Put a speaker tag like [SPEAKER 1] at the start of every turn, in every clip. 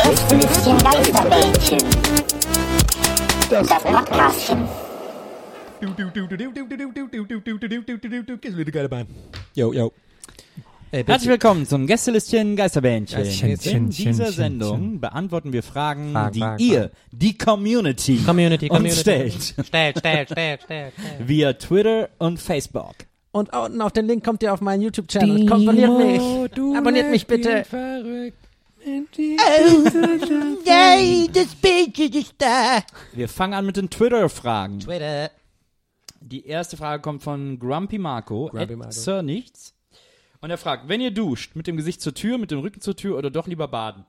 [SPEAKER 1] Gästelistchen Geisterbällchen. Das Podcastchen.
[SPEAKER 2] Yo, yo.
[SPEAKER 3] Herzlich willkommen zum Gästelistchen Geisterbändchen.
[SPEAKER 2] Gästchen,
[SPEAKER 3] Äh, In
[SPEAKER 2] Gästchen,
[SPEAKER 3] dieser
[SPEAKER 2] Gästchen,
[SPEAKER 3] Sendung
[SPEAKER 2] Gästchen.
[SPEAKER 3] beantworten wir Fragen,
[SPEAKER 2] Fragen,
[SPEAKER 3] die
[SPEAKER 2] Fragen,
[SPEAKER 3] ihr, die Community,
[SPEAKER 2] Community,
[SPEAKER 3] uns
[SPEAKER 2] Community.
[SPEAKER 3] stellt.
[SPEAKER 2] Stellt, stellt, stellt, stellt.
[SPEAKER 3] Via Twitter und Facebook.
[SPEAKER 4] Und unten auf den Link kommt ihr auf meinen YouTube-Channel. Kommt, Abonniert mich. Abonniert mich bitte.
[SPEAKER 5] Yay, das Bildchen ist da.
[SPEAKER 3] Wir fangen an mit den Twitter-Fragen.
[SPEAKER 4] Twitter.
[SPEAKER 3] Die erste Frage kommt von Grumpy Marco, Grumpy
[SPEAKER 4] Marco.
[SPEAKER 3] Sir Nichts. Und er fragt, wenn ihr duscht, mit dem Gesicht zur Tür, mit dem Rücken zur Tür oder doch lieber baden?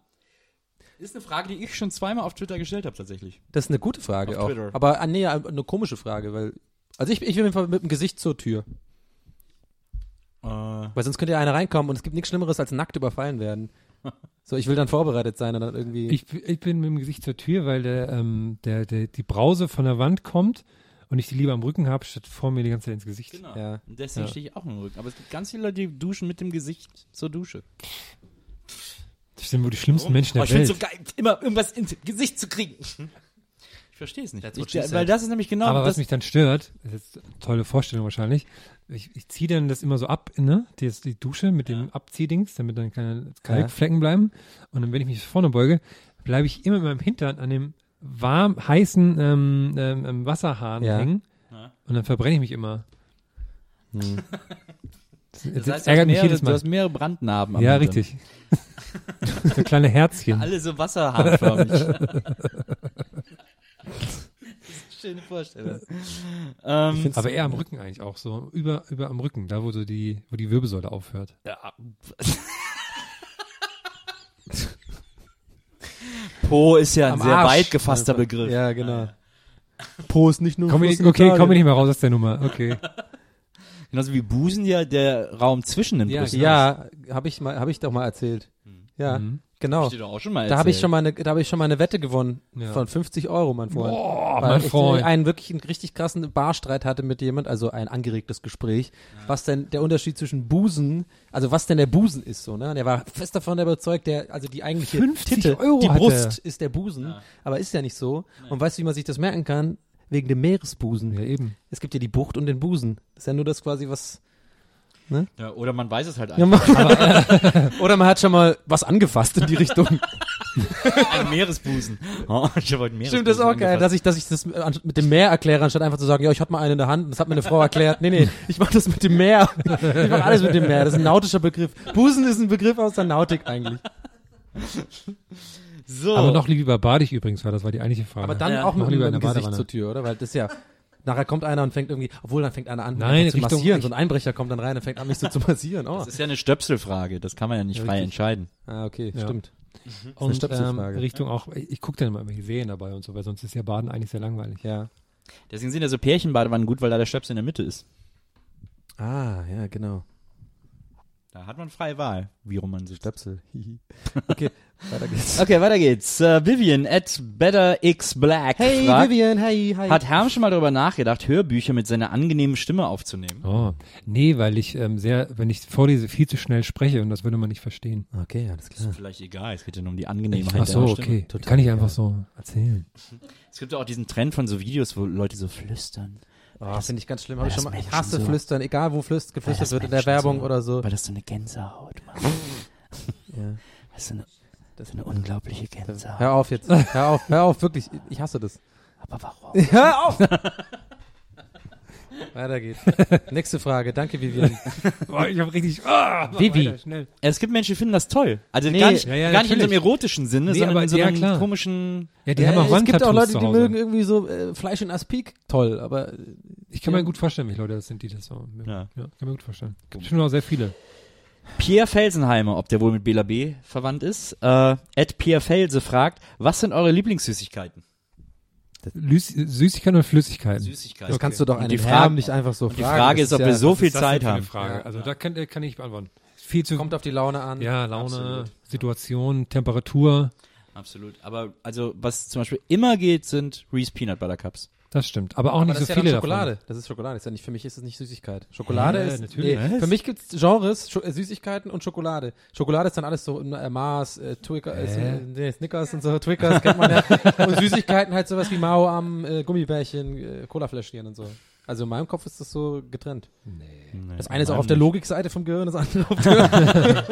[SPEAKER 3] Ist eine Frage, die ich schon zweimal auf Twitter gestellt habe tatsächlich.
[SPEAKER 2] Das ist eine gute Frage
[SPEAKER 3] Auf
[SPEAKER 2] auch.
[SPEAKER 3] Twitter.
[SPEAKER 2] Aber ah, nee, eine komische Frage, weil. Also ich, ich bin auf jeden Fall mit dem Gesicht zur Tür.
[SPEAKER 3] Äh.
[SPEAKER 2] Weil sonst könnte ja einer reinkommen und es gibt nichts Schlimmeres als nackt überfallen werden. So, ich will dann vorbereitet sein und dann irgendwie.
[SPEAKER 6] Ich, ich bin mit dem Gesicht zur Tür, weil der, ähm, der, der, die Brause von der Wand kommt und ich die lieber am Rücken habe, statt vor mir die ganze Zeit ins Gesicht.
[SPEAKER 2] ja.
[SPEAKER 3] Genau. Und deswegen
[SPEAKER 2] Ja.
[SPEAKER 3] stehe ich auch mit dem Rücken. Aber es gibt ganz viele Leute, die duschen mit dem Gesicht zur Dusche.
[SPEAKER 6] Das sind wohl die schlimmsten Menschen
[SPEAKER 3] Oh,
[SPEAKER 6] der
[SPEAKER 3] ich
[SPEAKER 6] Welt.
[SPEAKER 3] find's so geil, immer irgendwas ins Gesicht zu kriegen. Mhm. Ich verstehe es nicht.
[SPEAKER 2] what
[SPEAKER 3] Ich,
[SPEAKER 2] she said.
[SPEAKER 3] weil das ist nämlich genau
[SPEAKER 6] Aber
[SPEAKER 3] das.
[SPEAKER 6] was mich dann stört, das ist jetzt eine tolle Vorstellung wahrscheinlich, ich, ich ziehe dann das immer so ab, ne? Die, die Dusche mit dem Abziehdings, damit dann keine Kalkflecken bleiben. Und dann, wenn ich mich vorne beuge, bleibe ich immer mit meinem Hintern an dem warm, heißen ähm, ähm, ähm, Wasserhahn
[SPEAKER 2] Ja.
[SPEAKER 6] hängen. Und dann verbrenne ich mich immer. Das, das
[SPEAKER 3] das heißt, du hast
[SPEAKER 6] ärgert mich
[SPEAKER 3] mehrere-
[SPEAKER 6] jedes
[SPEAKER 3] Du
[SPEAKER 6] Mal.
[SPEAKER 3] hast mehrere Brandnarben am
[SPEAKER 6] Ja,
[SPEAKER 3] Hintern.
[SPEAKER 6] richtig. so kleine Herzchen.
[SPEAKER 3] Alle so wasserhahnförmig. das ist eine schöne Vorstellung. Ähm,
[SPEAKER 6] Aber eher am Rücken eigentlich auch so. Über, über am Rücken, da wo so die, wo die Wirbelsäule aufhört.
[SPEAKER 3] Po ist ja ein
[SPEAKER 2] Am
[SPEAKER 3] sehr
[SPEAKER 2] Arsch.
[SPEAKER 3] weit gefasster Begriff.
[SPEAKER 2] Ja, genau.
[SPEAKER 3] Ah,
[SPEAKER 2] Po ist nicht Oh, nur.
[SPEAKER 6] Komm ich,
[SPEAKER 2] Fluss in
[SPEAKER 6] okay,
[SPEAKER 2] Italien.
[SPEAKER 6] komm ich nicht mehr raus aus der Nummer. Okay.
[SPEAKER 3] Genauso wie Busen ja der Raum zwischen den Brüsten.
[SPEAKER 2] Ja, habe ich mal, habe ich doch mal erzählt. Ja,
[SPEAKER 6] Mhm.
[SPEAKER 2] genau.
[SPEAKER 3] Hm. Hab ich dir doch auch schon mal
[SPEAKER 2] Da habe ich
[SPEAKER 3] erzählt.
[SPEAKER 2] schon mal eine, da habe ich schon mal eine Wette gewonnen
[SPEAKER 6] Ja.
[SPEAKER 2] von 50 Euro, mein Freund.
[SPEAKER 6] Boah,
[SPEAKER 2] Weil
[SPEAKER 6] mein
[SPEAKER 2] ich
[SPEAKER 6] Freund.
[SPEAKER 2] einen wirklich einen richtig krassen Barstreit hatte mit jemand, also ein angeregtes Gespräch, was denn der Unterschied zwischen Busen, also was denn der Busen ist so, ne? Und er war fest davon überzeugt, der also die eigentliche
[SPEAKER 6] 50
[SPEAKER 2] Titte,
[SPEAKER 6] Euro
[SPEAKER 2] die
[SPEAKER 6] hat
[SPEAKER 2] Brust ist der Busen, aber ist ja nicht so. Und weißt du, wie man sich das merken kann? Wegen dem Meeresbusen.
[SPEAKER 6] Ja, eben.
[SPEAKER 2] Es gibt ja die Bucht und den Busen. Das ist ja nur das quasi was
[SPEAKER 3] Ja, oder man weiß es halt
[SPEAKER 2] Ja,
[SPEAKER 6] Also,
[SPEAKER 3] einfach.
[SPEAKER 2] man- äh, Oder man hat schon mal was angefasst in die Richtung.
[SPEAKER 3] Ein Meeresbusen. Oh, ich habe heute einen
[SPEAKER 2] Stimmt, das ist auch
[SPEAKER 3] Meeresbusen
[SPEAKER 2] geil, dass
[SPEAKER 3] angefasst.
[SPEAKER 2] ich, dass ich das mit- anst- mit dem Meer erkläre, anstatt einfach zu sagen, ja, ich hatte mal einen in der Hand und das hat mir eine Frau erklärt. Nee, nee, ich mache das mit dem Meer. Ich mache alles mit dem Meer. Das ist ein nautischer Begriff. Busen ist ein Begriff aus der Nautik eigentlich.
[SPEAKER 3] So.
[SPEAKER 6] Aber noch lieber bade ich übrigens, weil das war die eigentliche Frage.
[SPEAKER 2] Oh. Aber dann
[SPEAKER 3] Ja.
[SPEAKER 2] auch mit,
[SPEAKER 6] Mach lieber
[SPEAKER 2] mit
[SPEAKER 6] in
[SPEAKER 2] dem
[SPEAKER 6] der
[SPEAKER 2] Gesicht
[SPEAKER 6] Badewanne.
[SPEAKER 2] zur Tür, oder? Weil das ist ja... Nachher kommt einer und fängt irgendwie, obwohl dann fängt einer an,
[SPEAKER 6] Nein,
[SPEAKER 2] einfach zu
[SPEAKER 6] Richtung-
[SPEAKER 2] massieren. So ein Einbrecher kommt dann rein und fängt an, mich so zu massieren. Oh.
[SPEAKER 3] Das ist ja eine Stöpselfrage. Das kann man ja nicht frei entscheiden.
[SPEAKER 2] Ah, okay,
[SPEAKER 6] Ja.
[SPEAKER 2] stimmt.
[SPEAKER 3] Mhm.
[SPEAKER 6] und ähm,
[SPEAKER 2] Stöpselfrage.
[SPEAKER 6] Richtung auch, ich gucke dann immer immer die Serien dabei und so, weil sonst ist ja Baden eigentlich sehr langweilig.
[SPEAKER 2] Ja.
[SPEAKER 3] Deswegen sind ja so Pärchenbadewannen gut, weil da der Stöpsel in der Mitte ist.
[SPEAKER 2] Ah, ja, genau.
[SPEAKER 3] Da hat man freie Wahl, wie rum man sich
[SPEAKER 2] Stöpsel. Hihi. okay, weiter geht's.
[SPEAKER 3] Okay, weiter geht's. Äh, Vivian at BetterXBlack
[SPEAKER 2] Hey
[SPEAKER 3] fragt,
[SPEAKER 2] Vivian, hey, hi.
[SPEAKER 3] hat Herm schon mal darüber nachgedacht, Hörbücher mit seiner angenehmen Stimme aufzunehmen?
[SPEAKER 6] Oh, nee, weil ich ähm, sehr, wenn ich vorlese, viel zu schnell spreche und das würde man nicht verstehen.
[SPEAKER 2] okay, alles klar.
[SPEAKER 3] Vielleicht egal, es geht ja nur um die Angenehmheit
[SPEAKER 6] Oh. Ach so,
[SPEAKER 3] deiner Stimme.
[SPEAKER 6] okay. Kann ich einfach so erzählen.
[SPEAKER 3] Es gibt ja auch diesen Trend von so Videos, wo Leute so flüstern.
[SPEAKER 2] Oh, Finde ich ganz schlimm. Hab ich
[SPEAKER 7] das
[SPEAKER 2] schon mal, ich
[SPEAKER 7] Menschen
[SPEAKER 2] hasse
[SPEAKER 7] so-
[SPEAKER 2] Flüstern, egal wo flüst, geflüstert
[SPEAKER 7] das
[SPEAKER 2] wird in der
[SPEAKER 7] Menschen
[SPEAKER 2] Werbung
[SPEAKER 7] so-
[SPEAKER 2] oder so.
[SPEAKER 7] Weil das so eine Gänsehaut macht.
[SPEAKER 2] Ja.
[SPEAKER 7] Das ist eine, das ist eine unglaubliche Gänsehaut.
[SPEAKER 2] Hör auf jetzt. Hör auf, hör auf, wirklich. Ich hasse das.
[SPEAKER 7] Aber warum?
[SPEAKER 2] Hör auf! Weiter geht's. Nächste Frage. Danke, Vivian.
[SPEAKER 6] Boah, ich hab richtig. Ah, mach
[SPEAKER 2] Vivi.
[SPEAKER 6] weiter, Schnell.
[SPEAKER 3] Es gibt Menschen, die finden das toll. Also gar nicht,
[SPEAKER 6] Ja, ja,
[SPEAKER 3] gar nicht in so einem
[SPEAKER 6] natürlich.
[SPEAKER 3] erotischen Sinne,
[SPEAKER 6] Nee,
[SPEAKER 3] sondern
[SPEAKER 6] aber-
[SPEAKER 3] in so
[SPEAKER 6] ja,
[SPEAKER 3] einem
[SPEAKER 6] klar.
[SPEAKER 3] komischen.
[SPEAKER 6] Ja, die
[SPEAKER 2] Ja,
[SPEAKER 6] haben auch
[SPEAKER 2] es gibt
[SPEAKER 6] Wandtattoos
[SPEAKER 2] auch Leute,
[SPEAKER 6] zu
[SPEAKER 2] die
[SPEAKER 6] Hause.
[SPEAKER 2] mögen irgendwie so äh, Fleisch und Aspik toll, aber äh,
[SPEAKER 6] Ich kann mir gut vorstellen, welche Leute das sind, die das so.
[SPEAKER 3] Ja.
[SPEAKER 6] Ja. kann mir gut vorstellen. Gibt schon auch sehr viele.
[SPEAKER 3] Pierre Felsenheimer, ob der wohl mit Bela B. verwandt ist, äh, Ed Pierre Felse fragt, was sind eure Lieblingssüßigkeiten?
[SPEAKER 6] Lüß Süßigkeiten oder Flüssigkeiten?
[SPEAKER 3] Süßigkeiten.
[SPEAKER 2] das kannst du doch
[SPEAKER 3] Und
[SPEAKER 2] einen
[SPEAKER 3] die
[SPEAKER 2] Herrn
[SPEAKER 3] Frage-
[SPEAKER 2] nicht einfach so fragen.
[SPEAKER 3] Die Frage
[SPEAKER 2] Das
[SPEAKER 3] ist, ob
[SPEAKER 2] ja-
[SPEAKER 3] wir so viel
[SPEAKER 6] Was ist das denn
[SPEAKER 3] Zeit
[SPEAKER 6] für eine
[SPEAKER 3] haben.
[SPEAKER 6] Frage.
[SPEAKER 2] Ja,
[SPEAKER 6] also da kann, äh, kann ich nicht beantworten. Viel zu
[SPEAKER 2] Kommt auf die Laune an.
[SPEAKER 6] ja, Laune,
[SPEAKER 3] Absolut.
[SPEAKER 6] Situation, Temperatur.
[SPEAKER 3] Absolut. Aber also, was zum Beispiel immer geht, sind Reese Peanut Butter Cups.
[SPEAKER 6] Das stimmt. Aber auch
[SPEAKER 2] Aber
[SPEAKER 6] nicht
[SPEAKER 2] das
[SPEAKER 6] so
[SPEAKER 2] ist ja
[SPEAKER 6] viele
[SPEAKER 2] dann Schokolade. Das ist Schokolade. Ist ja nicht, für mich ist es nicht Süßigkeit. Schokolade
[SPEAKER 6] Hä?
[SPEAKER 2] ist.
[SPEAKER 6] Natürlich.
[SPEAKER 2] Nee, für mich gibt's Genres, Scho äh, Süßigkeiten und Schokolade. Schokolade ist dann alles so äh, Mars, äh, Twicker, äh,
[SPEAKER 6] Hä?
[SPEAKER 2] nee, Snickers und so, Twickers kennt man ja. und Süßigkeiten halt sowas wie Mao am äh, Gummibärchen, äh, Colafläschchen und so. Also in meinem Kopf ist das so getrennt. Das eine ist auch auf der Logikseite vom Gehirn, das andere auf der.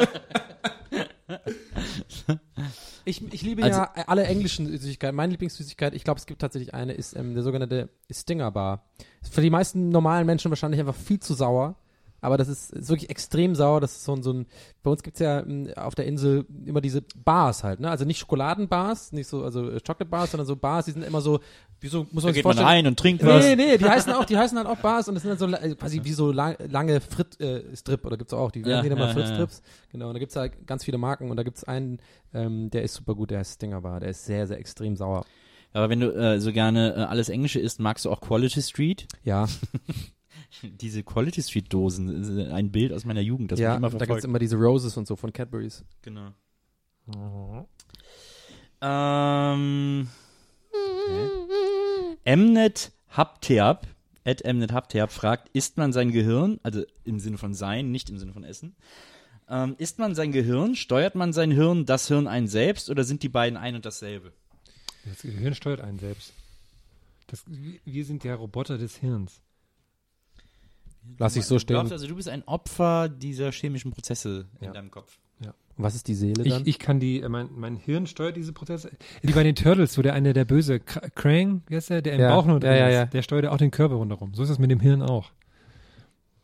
[SPEAKER 2] ich, ich liebe
[SPEAKER 3] Also-
[SPEAKER 2] ja alle englischen Süßigkeiten. Meine Lieblingssüßigkeit, ich glaube, es gibt tatsächlich eine, ist ähm, der sogenannte Stinger Bar. Ist für die meisten normalen Menschen wahrscheinlich einfach viel zu sauer. Aber das ist, ist wirklich extrem sauer. Das ist so ein, so ein bei uns gibt es ja m, auf der Insel immer diese Bars halt, ne? Also nicht Schokoladenbars, nicht so, also äh, Chocolate Bars, sondern so Bars, die sind immer so, wie so, muss man
[SPEAKER 3] Da
[SPEAKER 2] sich
[SPEAKER 3] geht man
[SPEAKER 2] vorstellen,
[SPEAKER 3] rein und trinkt was.
[SPEAKER 2] Nee, nee, die heißen auch, die heißen halt auch Bars und das sind dann so la- äh, quasi wie so la- lange Frit äh, Strip oder gibt's auch die
[SPEAKER 3] Ja,
[SPEAKER 2] ja, ja, mal
[SPEAKER 3] ja,
[SPEAKER 2] Fritz
[SPEAKER 3] ja.
[SPEAKER 2] Strips. Genau, und da gibt's halt ganz viele Marken und da gibt's einen, ähm, der ist super gut, der heißt Stinger Bar, der ist sehr sehr extrem sauer.
[SPEAKER 3] Aber wenn du äh, so gerne äh, alles Englische isst, magst du auch Quality Street?
[SPEAKER 2] Ja,
[SPEAKER 3] Diese Quality Street Dosen, äh, ein Bild aus meiner Jugend, das
[SPEAKER 2] ja,
[SPEAKER 3] mich immer
[SPEAKER 2] da gibt's
[SPEAKER 3] verfolgt.
[SPEAKER 2] immer diese Roses und so von Cadbury's.
[SPEAKER 3] Genau. Ähm, Mnet Hapteab, at Mnet Hapteab fragt, isst man sein Gehirn, also im Sinne von sein, nicht im Sinne von essen, ähm, isst man sein Gehirn, steuert man sein Hirn, das Hirn einen selbst oder sind die beiden ein und dasselbe?
[SPEAKER 6] Das Gehirn steuert einen selbst. Das, wir wir sind der Roboter des Hirns.
[SPEAKER 2] Lass ich so
[SPEAKER 3] Du glaubst
[SPEAKER 2] stehen.
[SPEAKER 3] also, du bist ein Opfer dieser chemischen Prozesse in deinem Kopf.
[SPEAKER 2] Was ist die Seele dann?
[SPEAKER 6] Ich, ich kann die, äh, mein, mein Hirn steuert diese Prozesse. Wie bei den Turtles, wo der eine, der böse Kr- Krang, wie heißt der, der im
[SPEAKER 2] Ja,
[SPEAKER 6] Bauch nur
[SPEAKER 2] ja,
[SPEAKER 6] drin
[SPEAKER 2] ja, ja.
[SPEAKER 6] ist, der steuert ja auch den Körper rundherum. So ist das mit dem Hirn auch.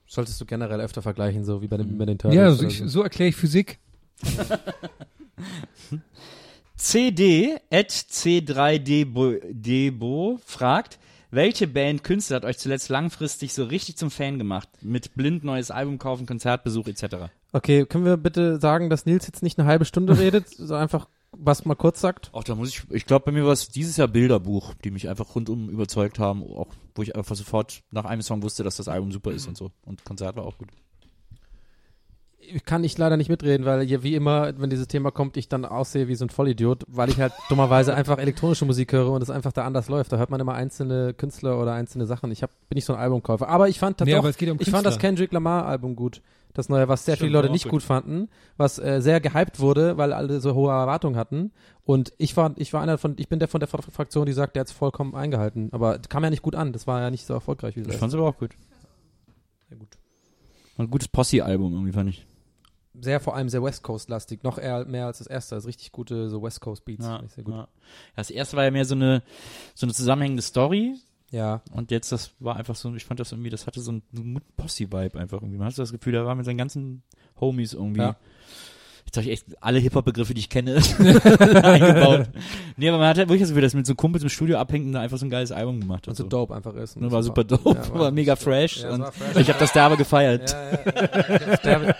[SPEAKER 2] Solltest du generell öfter vergleichen, so wie bei
[SPEAKER 3] Mhm.
[SPEAKER 2] den, bei den Turtles.
[SPEAKER 6] Ja,
[SPEAKER 3] also
[SPEAKER 2] oder
[SPEAKER 6] so, ich,
[SPEAKER 2] so.
[SPEAKER 6] so erkläre ich Physik.
[SPEAKER 3] CD at C3Debo fragt, welche Band Künstler hat euch zuletzt langfristig so richtig zum Fan gemacht? Mit blind neues Album kaufen, Konzertbesuch etc.
[SPEAKER 2] Okay, können wir bitte sagen, dass Nils jetzt nicht eine halbe Stunde redet, so einfach was mal kurz sagt?
[SPEAKER 3] Auch da muss ich, ich glaube, bei mir war es dieses Jahr Bilderbuch, die mich einfach rundum überzeugt haben, auch wo ich einfach sofort nach einem Song wusste, dass das Album super ist und so. Und Konzert war auch gut.
[SPEAKER 2] kann ich leider nicht mitreden, weil ja, wie immer, wenn dieses Thema kommt, ich dann aussehe wie so ein Vollidiot, weil ich halt dummerweise einfach elektronische Musik höre und es einfach da anders läuft. Da hört man immer einzelne Künstler oder einzelne Sachen. Ich hab, bin nicht so ein Albumkäufer. Aber ich fand
[SPEAKER 6] Nee,
[SPEAKER 2] tatsächlich,
[SPEAKER 6] aber es geht ja um
[SPEAKER 2] ich fand das
[SPEAKER 6] Künstler.
[SPEAKER 2] Kendrick Lamar Album gut. Das neue, was sehr
[SPEAKER 3] Stimmt,
[SPEAKER 2] viele Leute
[SPEAKER 3] war auch
[SPEAKER 2] nicht
[SPEAKER 3] gut.
[SPEAKER 2] gut fanden, was äh, sehr gehypt wurde, weil alle so hohe Erwartungen hatten. Und ich war, ich war einer von, ich bin der von der Fra- Fraktion, die sagt, der hat es vollkommen eingehalten. Aber kam ja nicht gut an. Das war ja nicht so erfolgreich wie das.
[SPEAKER 3] Ich fand es aber auch gut.
[SPEAKER 2] Ja, gut.
[SPEAKER 3] War Ein gutes Posse-Album irgendwie fand ich.
[SPEAKER 2] Sehr vor allem sehr West Coast lastig, noch eher mehr als das erste. Also richtig gute so West Coast Beats.
[SPEAKER 3] Ja,
[SPEAKER 2] Fand ich sehr gut.
[SPEAKER 3] ja. Das erste war ja mehr so eine, so eine zusammenhängende Story,
[SPEAKER 2] Ja,
[SPEAKER 3] Und jetzt, das war einfach so, ich fand das irgendwie, das hatte so einen- so einen Posse-Vibe einfach irgendwie. Man hatte das Gefühl, da war mit seinen ganzen Homies irgendwie.
[SPEAKER 2] Ja.
[SPEAKER 3] Jetzt habe ich echt alle Hip-Hop-Begriffe, die ich kenne, eingebaut. Nee, aber man hatte wirklich das Gefühl, dass man mit so Kumpels im Studio abhängt und da einfach so ein geiles Album gemacht
[SPEAKER 2] und
[SPEAKER 3] hat.
[SPEAKER 2] so dope einfach ist.
[SPEAKER 3] Ne, war super dope,
[SPEAKER 2] Ja,
[SPEAKER 3] war, mega fresh.
[SPEAKER 2] Ja, es
[SPEAKER 3] und
[SPEAKER 2] war fresh.
[SPEAKER 3] Ich habe das halt da aber gefeiert.
[SPEAKER 2] Ja, ja, ja. Ich hab Sterbe,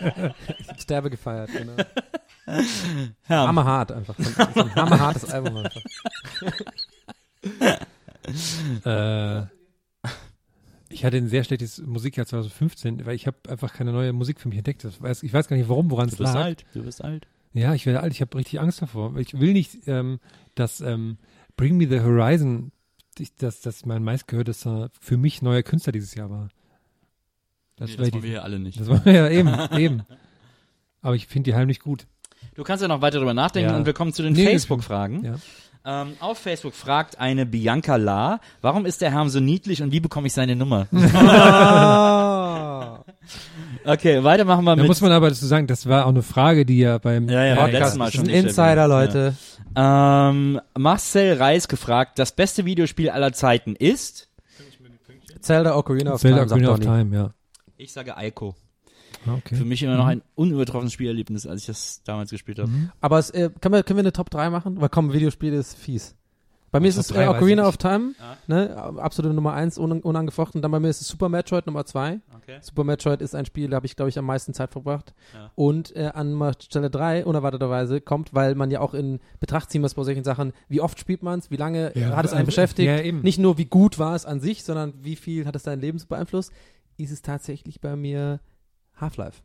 [SPEAKER 2] ich hab Sterbe gefeiert, genau.
[SPEAKER 3] Ja.
[SPEAKER 2] Hammerhart einfach. So ein- so ein hammerhartes Album einfach.
[SPEAKER 6] Äh, ich hatte ein sehr schlechtes Musikjahr 2015, weil ich habe einfach keine neue Musik für mich entdeckt. Das weiß, ich weiß gar nicht, warum, woran es
[SPEAKER 3] Du bist
[SPEAKER 6] lag.
[SPEAKER 3] alt, du bist alt.
[SPEAKER 6] Ja, ich werde alt. Ich habe richtig Angst davor. Ich will nicht, ähm, dass ähm, Bring Me the Horizon, ich, dass das mein meistgehörtes äh, für mich neuer Künstler dieses Jahr war.
[SPEAKER 3] nee,
[SPEAKER 6] war
[SPEAKER 3] das
[SPEAKER 6] die-
[SPEAKER 3] wollen wir hier alle nicht.
[SPEAKER 6] das war ja eben, eben. Aber ich finde die heimlich gut.
[SPEAKER 3] Du kannst ja noch weiter drüber nachdenken
[SPEAKER 6] Ja.
[SPEAKER 3] und wir kommen zu den
[SPEAKER 6] Nee,
[SPEAKER 3] Facebook-Fragen.
[SPEAKER 6] ja.
[SPEAKER 3] Ähm, auf Facebook fragt eine Bianca La, warum ist der Herm so niedlich und wie bekomme ich seine Nummer? okay, weitermachen wir
[SPEAKER 6] Da
[SPEAKER 3] mit.
[SPEAKER 6] muss man aber dazu sagen, das war auch eine Frage, die ja beim
[SPEAKER 3] ja, ja, beim
[SPEAKER 6] Podcast-
[SPEAKER 3] letzten Mal schon.
[SPEAKER 2] ein Insider, Leute.
[SPEAKER 3] Ja. Ähm, Marcel Reis gefragt, das beste Videospiel aller Zeiten ist?
[SPEAKER 2] Zelda Ocarina of
[SPEAKER 6] Zelda
[SPEAKER 2] Time, sagt
[SPEAKER 6] Ocarina of
[SPEAKER 2] Donny.
[SPEAKER 6] Time, ja.
[SPEAKER 3] Ich sage Aiko.
[SPEAKER 6] Ah, Okay.
[SPEAKER 3] Für mich immer noch ein unübertroffenes Spielerlebnis, als ich das damals gespielt habe.
[SPEAKER 6] Mhm.
[SPEAKER 2] Aber es, äh, können, wir, können wir eine Top 3 machen? Weil komm, Videospiele ist fies. Bei mir ist
[SPEAKER 6] Top
[SPEAKER 2] es äh,
[SPEAKER 6] drei weiß
[SPEAKER 2] Ocarina
[SPEAKER 6] ich
[SPEAKER 2] of Time, ne, absolute Nummer 1, un, unangefochten. Dann bei mir ist es Super Metroid Nummer 2.
[SPEAKER 3] Okay.
[SPEAKER 2] Super Metroid ist ein Spiel, da habe ich, glaube ich, am meisten Zeit verbracht.
[SPEAKER 3] Ja.
[SPEAKER 2] Und äh, an Ma- Stelle 3 unerwarteterweise kommt, weil man ja auch in Betracht ziehen muss bei solchen Sachen, wie oft spielt man es, wie lange
[SPEAKER 6] Ja,
[SPEAKER 2] hat es einen
[SPEAKER 6] also,
[SPEAKER 2] beschäftigt.
[SPEAKER 6] ja, eben.
[SPEAKER 2] Nicht nur, wie gut war es an sich, sondern wie viel hat es dein Leben so beeinflusst, ist es tatsächlich bei mir Half-Life.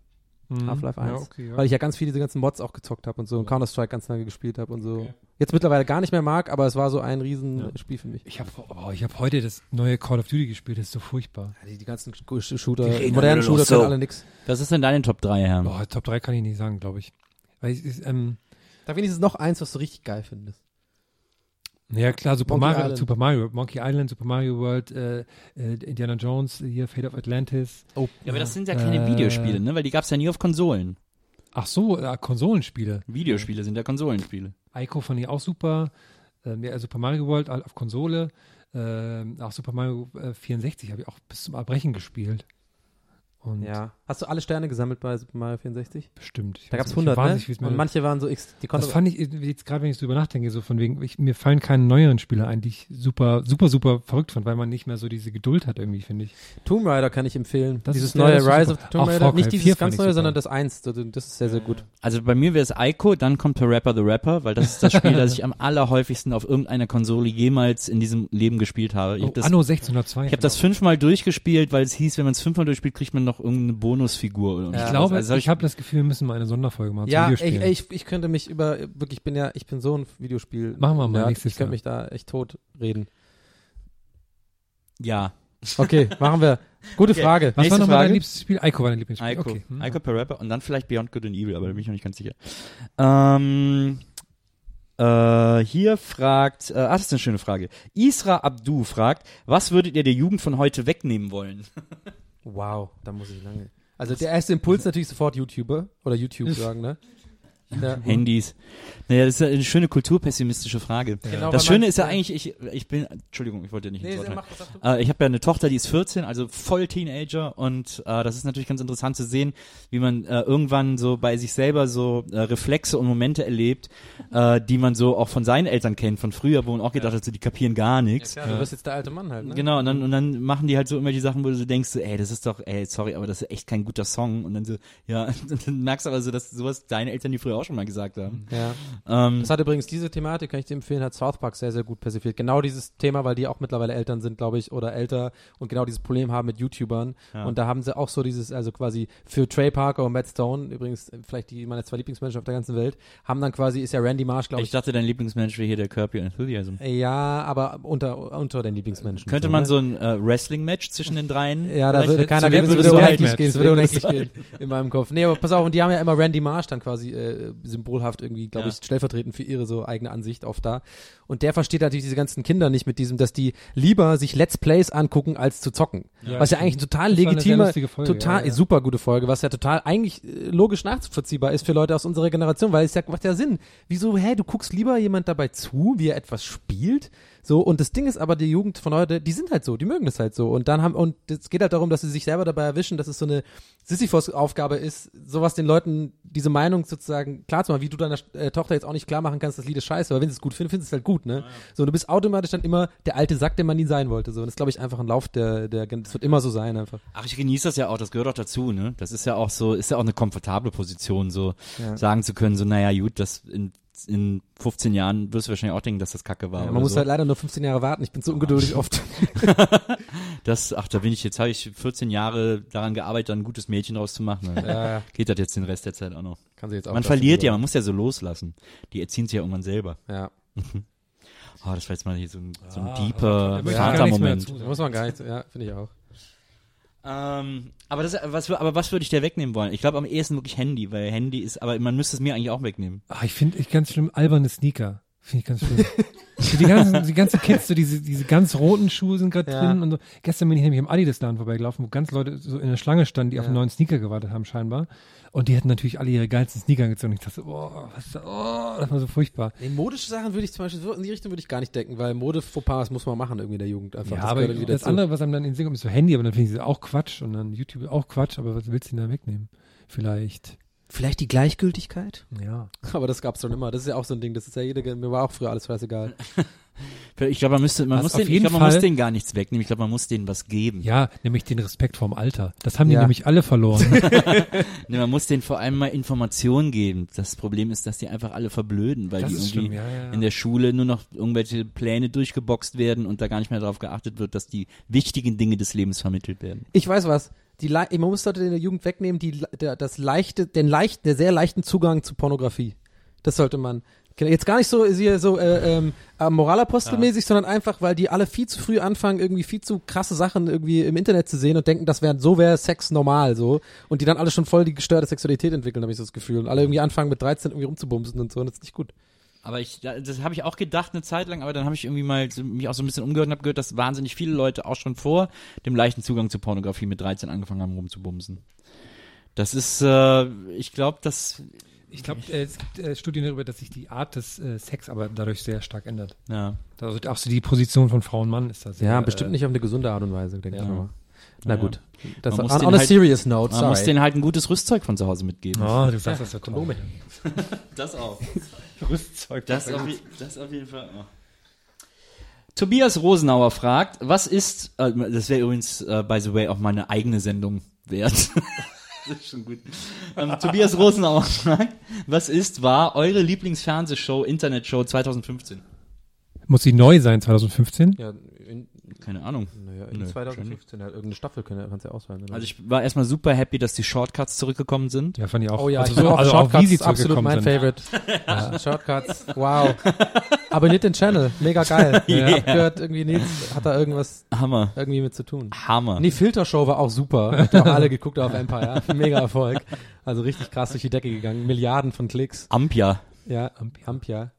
[SPEAKER 6] Mhm.
[SPEAKER 2] Half-Life 1.
[SPEAKER 6] Ja, okay, ja.
[SPEAKER 2] Weil ich ja ganz viele diese ganzen Mods auch gezockt habe und so und Counter-Strike ganz lange gespielt habe und so. Jetzt mittlerweile gar nicht mehr mag, aber es war so ein Riesenspiel für mich.
[SPEAKER 6] Ich habe oh, ich hab heute das neue Call of Duty gespielt, das ist so furchtbar.
[SPEAKER 2] Die, ganzen Shooter,
[SPEAKER 8] Die reden
[SPEAKER 2] modernen
[SPEAKER 8] alle nur
[SPEAKER 2] Shooter
[SPEAKER 8] so.
[SPEAKER 2] können alle nix.
[SPEAKER 3] Was ist denn deine Top 3,
[SPEAKER 2] Mhm.
[SPEAKER 3] Herr?
[SPEAKER 6] Boah, Oh, Top 3 kann ich nicht sagen, glaube ich. Weil ich, ich ähm,
[SPEAKER 2] Da wenigstens noch eins, was du richtig geil findest.
[SPEAKER 6] ja klar, Super
[SPEAKER 2] Monkey
[SPEAKER 6] Mario,
[SPEAKER 2] Island.
[SPEAKER 6] Super Mario, Monkey Island, Super Mario World, äh, äh, Indiana Jones, hier Fate of Atlantis.
[SPEAKER 2] Oh,
[SPEAKER 3] Ja, aber das sind ja keine
[SPEAKER 6] Äh,
[SPEAKER 3] Videospiele, ne? Weil die gab's ja nie auf Konsolen.
[SPEAKER 6] Ach so, äh, Konsolenspiele.
[SPEAKER 3] Videospiele sind ja Konsolenspiele.
[SPEAKER 6] Ico fand ich auch super. Ähm, ja, Super Mario World halt auf Konsole. Ähm, auch Super Mario äh, 64 habe ich auch bis zum Erbrechen gespielt. Und
[SPEAKER 2] Ja. Hast du alle Sterne gesammelt bei Super Mario 64?
[SPEAKER 6] bestimmt. Ich
[SPEAKER 2] Da
[SPEAKER 6] weiß
[SPEAKER 2] gab es
[SPEAKER 6] nicht,
[SPEAKER 2] 100,
[SPEAKER 6] wahnsinnig, wie's
[SPEAKER 2] ne?
[SPEAKER 6] mir-
[SPEAKER 2] Und manche waren so, ex- die konnten
[SPEAKER 6] das fand ich jetzt gerade, wenn ich drüber nachdenke, so von wegen, ich, mir fallen keine neueren Spiele ein, die ich super, super, super verrückt fand, weil man nicht mehr so diese Geduld hat irgendwie, finde ich.
[SPEAKER 2] Tomb Raider kann ich empfehlen.
[SPEAKER 6] Das
[SPEAKER 2] dieses
[SPEAKER 6] ist-
[SPEAKER 2] neue
[SPEAKER 6] das ist
[SPEAKER 2] Rise
[SPEAKER 6] super.
[SPEAKER 2] of Tomb
[SPEAKER 6] Auch
[SPEAKER 2] Raider.
[SPEAKER 6] Far Cry
[SPEAKER 2] Nicht
[SPEAKER 6] 4
[SPEAKER 2] dieses
[SPEAKER 6] fand
[SPEAKER 2] ganz
[SPEAKER 6] ich
[SPEAKER 2] neue,
[SPEAKER 6] super.
[SPEAKER 2] sondern das eins. Das das ist sehr, sehr gut.
[SPEAKER 3] Also bei mir wäre es Ico, dann kommt The Rapper The Rapper, weil das ist das Spiel, das ich am allerhäufigsten auf irgendeiner Konsole jemals in diesem Leben gespielt habe. Ich
[SPEAKER 6] Oh,
[SPEAKER 3] habe das,
[SPEAKER 6] Anno 1602.
[SPEAKER 3] ich hab das fünfmal durchgespielt, weil es hieß, wenn man es fünfmal durchspielt, kriegt man noch irgendeine Bonusfigur. Oder
[SPEAKER 6] ich
[SPEAKER 3] irgendwas.
[SPEAKER 6] glaube,
[SPEAKER 3] also hab
[SPEAKER 6] ich habe das Gefühl, wir müssen mal eine Sonderfolge machen.
[SPEAKER 2] Ja,
[SPEAKER 6] zu
[SPEAKER 2] ich,
[SPEAKER 6] Videospielen.
[SPEAKER 2] ich, ich könnte mich über, wirklich, ich bin ja, ich bin so ein Videospiel.
[SPEAKER 6] Machen wir mal
[SPEAKER 2] Nerd.
[SPEAKER 6] nächstes
[SPEAKER 2] Ich könnte
[SPEAKER 6] Jahr.
[SPEAKER 2] mich da echt tot reden.
[SPEAKER 3] ja.
[SPEAKER 2] Okay, machen wir. Gute
[SPEAKER 3] Okay.
[SPEAKER 2] Frage.
[SPEAKER 6] Was
[SPEAKER 3] Nächste
[SPEAKER 6] war nochmal
[SPEAKER 3] Frage.
[SPEAKER 6] dein liebstes Spiel? Ico war dein Lieblingsspiel.
[SPEAKER 3] Ico,
[SPEAKER 6] Okay. Hm.
[SPEAKER 3] Ico per Rapper und dann vielleicht Beyond Good and Evil, aber da bin ich noch nicht ganz sicher. Ähm, äh, hier fragt, äh, ah, das ist eine schöne Frage. Isra Abdu fragt, was würdet ihr der Jugend von heute wegnehmen wollen?
[SPEAKER 2] Wow, da muss ich lange. Also der erste Impuls natürlich sofort YouTuber oder YouTube sagen, ne? Ja.
[SPEAKER 3] Handys. Naja, das ist ja eine schöne kulturpessimistische Frage.
[SPEAKER 2] Genau,
[SPEAKER 3] das
[SPEAKER 2] weil man-
[SPEAKER 3] Schöne ist ja eigentlich, ich, ich bin, Entschuldigung, ich wollte dir nicht
[SPEAKER 2] Nee,
[SPEAKER 3] ins Wort
[SPEAKER 2] mach,
[SPEAKER 3] fallen.
[SPEAKER 2] was sagst du?
[SPEAKER 3] Äh, ich habe ja eine Tochter, die ist 14, also voll Teenager und äh, das ist natürlich ganz interessant zu sehen, wie man äh, irgendwann so bei sich selber so äh, Reflexe und Momente erlebt, äh, die man so auch von seinen Eltern kennt, von früher, wo man auch gedacht hat, so, die kapieren gar nichts.
[SPEAKER 2] Ja, du bist jetzt der alte Mann halt, ne?
[SPEAKER 3] Genau, und dann, und dann machen die halt so immer die Sachen, wo du so denkst, so, ey, das ist doch, ey, sorry, aber das ist echt kein guter Song. Und dann so, ja, und dann merkst du aber so, dass sowas deine Eltern die früher auch schon mal gesagt haben.
[SPEAKER 2] Ja.
[SPEAKER 3] Ähm,
[SPEAKER 2] Das hat übrigens diese Thematik, kann ich dir empfehlen, hat South Park sehr, sehr gut persifiert. Genau dieses Thema, weil die auch mittlerweile Eltern sind, glaube ich, oder älter und genau dieses Problem haben mit YouTubern. Und da haben sie auch so dieses, also quasi für Trey Parker und Matt Stone, übrigens äh, vielleicht die meine zwei Lieblingsmenschen auf der ganzen Welt, haben dann quasi, ist ja Randy Marsh, glaube
[SPEAKER 3] ich
[SPEAKER 2] ich.
[SPEAKER 3] dachte, dein Lieblingsmensch wäre hier der Kirby Enthusiasm.
[SPEAKER 2] ja, aber unter, unter den Lieblingsmenschen.
[SPEAKER 3] Könnte
[SPEAKER 2] So,
[SPEAKER 3] man
[SPEAKER 2] ne?
[SPEAKER 3] so ein äh, Wrestling-Match zwischen den dreien?
[SPEAKER 2] Ja, da
[SPEAKER 3] vielleicht-
[SPEAKER 2] würde keiner
[SPEAKER 3] zu
[SPEAKER 2] gehen,
[SPEAKER 3] wem
[SPEAKER 2] es würde
[SPEAKER 3] würdest du
[SPEAKER 2] unendlich
[SPEAKER 6] halten?
[SPEAKER 2] gehen, es würde unendlich gehen in meinem Kopf. Nee, aber pass auf, und die haben ja immer Randy Marsh dann quasi äh, symbolhaft irgendwie,
[SPEAKER 3] Ja.
[SPEAKER 2] glaube ich, stellvertretend für ihre so eigene Ansicht auf da. Und der versteht natürlich diese ganzen Kinder nicht mit diesem, dass die lieber sich Let's Plays angucken, als zu zocken. was ja eigentlich ein total
[SPEAKER 6] Das war eine sehr
[SPEAKER 2] legitimer,
[SPEAKER 6] lustige Folge,
[SPEAKER 2] total
[SPEAKER 6] ja, ja.
[SPEAKER 2] super gute Folge, was ja total eigentlich äh, logisch nachvollziehbar ist für Leute aus unserer Generation, weil es ja macht ja Sinn. Wieso, hä, du guckst lieber jemand dabei zu, wie er etwas spielt? So, und das Ding ist aber, die Jugend von heute, die sind halt so, die mögen das halt so. Und dann haben, und es geht halt darum, dass sie sich selber dabei erwischen, dass es so eine Sisyphos-Aufgabe ist, sowas den Leuten, diese Meinung sozusagen klar zu machen, wie du deiner äh, Tochter jetzt auch nicht klar machen kannst, das Lied ist scheiße, aber wenn sie es gut findet, findest du es halt gut, ne? So, und du bist automatisch dann immer der alte Sack, der man nie sein wollte. So, und das ist, glaube ich, einfach ein Lauf, der, der, das wird immer so sein, einfach.
[SPEAKER 3] Ach, ich genieße das ja auch, das gehört auch dazu, ne? Das ist ja auch so, ist ja auch eine komfortable Position, so sagen zu können, so, naja, gut, das in, in 15 Jahren wirst du wahrscheinlich auch denken, dass das Kacke war.
[SPEAKER 2] Ja, Oh,
[SPEAKER 3] oder
[SPEAKER 2] man muss
[SPEAKER 3] so.
[SPEAKER 2] halt leider nur 15 Jahre warten. Ich bin zu ungeduldig oft.
[SPEAKER 3] Das, ach, da bin ich jetzt, habe ich 14 Jahre daran gearbeitet, da ein gutes Mädchen draus zu machen. ne?
[SPEAKER 2] Ja,
[SPEAKER 3] Geht das jetzt den Rest der Zeit auch noch.
[SPEAKER 2] kann sie jetzt auch
[SPEAKER 3] Man
[SPEAKER 2] lassen,
[SPEAKER 3] verliert ja,
[SPEAKER 2] aber-
[SPEAKER 3] man muss ja so loslassen. Die erziehen sich ja irgendwann selber.
[SPEAKER 2] Ja.
[SPEAKER 3] Oh, das war jetzt mal hier so ein, so ein
[SPEAKER 6] Ah,
[SPEAKER 3] deeper
[SPEAKER 6] da möchte ich gar nichts mehr
[SPEAKER 3] Vatermoment.
[SPEAKER 6] dazu
[SPEAKER 2] Da
[SPEAKER 6] sagen.
[SPEAKER 2] muss man gar nicht, ja, finde ich auch.
[SPEAKER 3] Ähm, aber, das, was, aber was würde ich dir wegnehmen wollen? Ich glaube am ehesten wirklich Handy, weil Handy ist, aber man müsste es mir eigentlich auch wegnehmen.
[SPEAKER 6] Ah, ich finde ich ganz schlimm alberne Sneaker. Finde ich ganz schlimm. So die, ganzen, die ganzen Kids, so diese, diese ganz roten Schuhe sind gerade
[SPEAKER 2] Ja.
[SPEAKER 6] drin und so. Gestern bin ich nämlich am Adidas-Laden vorbeigelaufen, wo ganz Leute so in der Schlange standen, die auf
[SPEAKER 2] Ja.
[SPEAKER 6] einen neuen Sneaker gewartet haben scheinbar. Und die hatten natürlich alle ihre geilsten Sneaker gezogen. Ich dachte, so, oh, was ist da, oh, das war so furchtbar.
[SPEAKER 2] Nee, modische Sachen würde ich zum Beispiel, so in die Richtung würde ich gar nicht denken, weil Mode-Fauxpas muss man machen irgendwie in der Jugend. Einfach.
[SPEAKER 6] Ja, aber das, andere, was einem dann in den Sinn kommt, ist so Handy, aber dann finde ich das auch Quatsch und dann YouTube auch Quatsch, aber was willst du denn da wegnehmen? Vielleicht.
[SPEAKER 2] Vielleicht die Gleichgültigkeit?
[SPEAKER 6] Ja.
[SPEAKER 2] Aber das gab's schon immer. Das ist ja auch so ein Ding. Das ist ja jede, mir war auch früher alles scheißegal.
[SPEAKER 3] Ich glaube, man müsste, man
[SPEAKER 6] Was
[SPEAKER 3] muss
[SPEAKER 6] auf
[SPEAKER 3] den, ich
[SPEAKER 6] jeden
[SPEAKER 3] glaube, man muss
[SPEAKER 6] Fall-
[SPEAKER 3] denen gar nichts wegnehmen. Ich glaube, man muss denen was geben.
[SPEAKER 6] Ja, nämlich den Respekt vorm Alter. Das haben die
[SPEAKER 3] Ja.
[SPEAKER 6] nämlich alle verloren.
[SPEAKER 3] Nee, Ne, man muss denen vor allem mal Informationen geben. Das Problem ist, dass die einfach alle verblöden, weil
[SPEAKER 6] Das
[SPEAKER 3] die
[SPEAKER 6] ist
[SPEAKER 3] irgendwie
[SPEAKER 6] schlimm, ja, ja, ja.
[SPEAKER 3] in der Schule nur noch irgendwelche Pläne durchgeboxt werden und da gar nicht mehr darauf geachtet wird, dass die wichtigen Dinge des Lebens vermittelt werden.
[SPEAKER 2] Ich weiß was. Die, Le- man muss Leute in der Jugend wegnehmen, die, le- der, das leichte, den leichten, der sehr leichten Zugang zu Pornografie. Das sollte man. Genau, Jetzt gar nicht so, hier so äh, ähm, äh, moralapostelmäßig, sondern einfach, weil die alle viel zu früh anfangen, irgendwie viel zu krasse Sachen irgendwie im Internet zu sehen und denken, das wäre so wäre Sex normal so. Und die dann alle schon voll die gestörte Sexualität entwickeln, habe ich so das Gefühl. Und alle irgendwie anfangen mit 13 irgendwie rumzubumsen und so und das ist nicht gut.
[SPEAKER 3] Aber ich, da- das habe ich auch gedacht eine Zeit lang, aber dann habe ich irgendwie mal so, mich auch so ein bisschen umgehört und habe gehört, dass wahnsinnig viele Leute auch schon vor dem leichten Zugang zur Pornografie mit 13 angefangen haben, rumzubumsen. Das ist, äh, ich glaube, das,
[SPEAKER 6] Ich glaube, äh, es gibt äh, Studien darüber, dass sich die Art des äh, Sex aber dadurch sehr stark ändert.
[SPEAKER 3] ja.
[SPEAKER 6] Also auch so die Position von Frau und Mann ist da sehr. äh,
[SPEAKER 2] Ja, bestimmt nicht auf eine gesunde Art und Weise, denke ich
[SPEAKER 3] äh, Ja.
[SPEAKER 2] mal. Na
[SPEAKER 3] Ja.
[SPEAKER 2] gut. Das
[SPEAKER 3] Man
[SPEAKER 2] on
[SPEAKER 3] muss
[SPEAKER 2] on
[SPEAKER 3] denen
[SPEAKER 2] a
[SPEAKER 3] halt-
[SPEAKER 2] serious note,
[SPEAKER 3] man
[SPEAKER 2] sorry.
[SPEAKER 3] muss denen halt ein gutes Rüstzeug von zu Hause mitgeben.
[SPEAKER 6] Oh, du sagst das ja Kondome.
[SPEAKER 3] Das auch.
[SPEAKER 6] Rüstzeug.
[SPEAKER 3] Das auf, je- das auf jeden Fall. auch. Tobias Rosenauer fragt, was ist, äh, das wäre übrigens, äh, by the way, auch meine eigene Sendung wert. das ist schon gut. Ähm, Tobias Rosenauer fragt, was ist, war eure Lieblingsfernsehshow, Internetshow 2015?
[SPEAKER 6] Muss sie neu sein 2015?
[SPEAKER 2] Ja, in,
[SPEAKER 3] Keine Ahnung.
[SPEAKER 2] naja, in
[SPEAKER 3] Nö,
[SPEAKER 2] 2015 halt irgendeine Staffel können kannst du ja auswählen. oder?
[SPEAKER 3] Also ich war erstmal super happy, dass die Shortcuts zurückgekommen sind.
[SPEAKER 6] Ja, fand ich auch.
[SPEAKER 2] oh ja,
[SPEAKER 6] also,
[SPEAKER 2] ich
[SPEAKER 6] so,
[SPEAKER 2] auch
[SPEAKER 6] also auch
[SPEAKER 2] Shortcuts
[SPEAKER 6] wie sie
[SPEAKER 2] ist absolut mein
[SPEAKER 6] zurückgekommen sind.
[SPEAKER 2] Favorite. Ja. Shortcuts, wow. Abonniert den Channel, mega geil.
[SPEAKER 3] Yeah.
[SPEAKER 2] Ich hab gehört, irgendwie Nils hat da irgendwas
[SPEAKER 3] Hammer.
[SPEAKER 2] irgendwie mit zu tun.
[SPEAKER 3] Hammer.
[SPEAKER 2] Nee, Filtershow war auch super. Habt ihr auch alle geguckt auf Empire. Mega Erfolg. Also richtig krass durch die Decke gegangen. Milliarden von Klicks.
[SPEAKER 3] Ampia.
[SPEAKER 2] Ja, Ampia.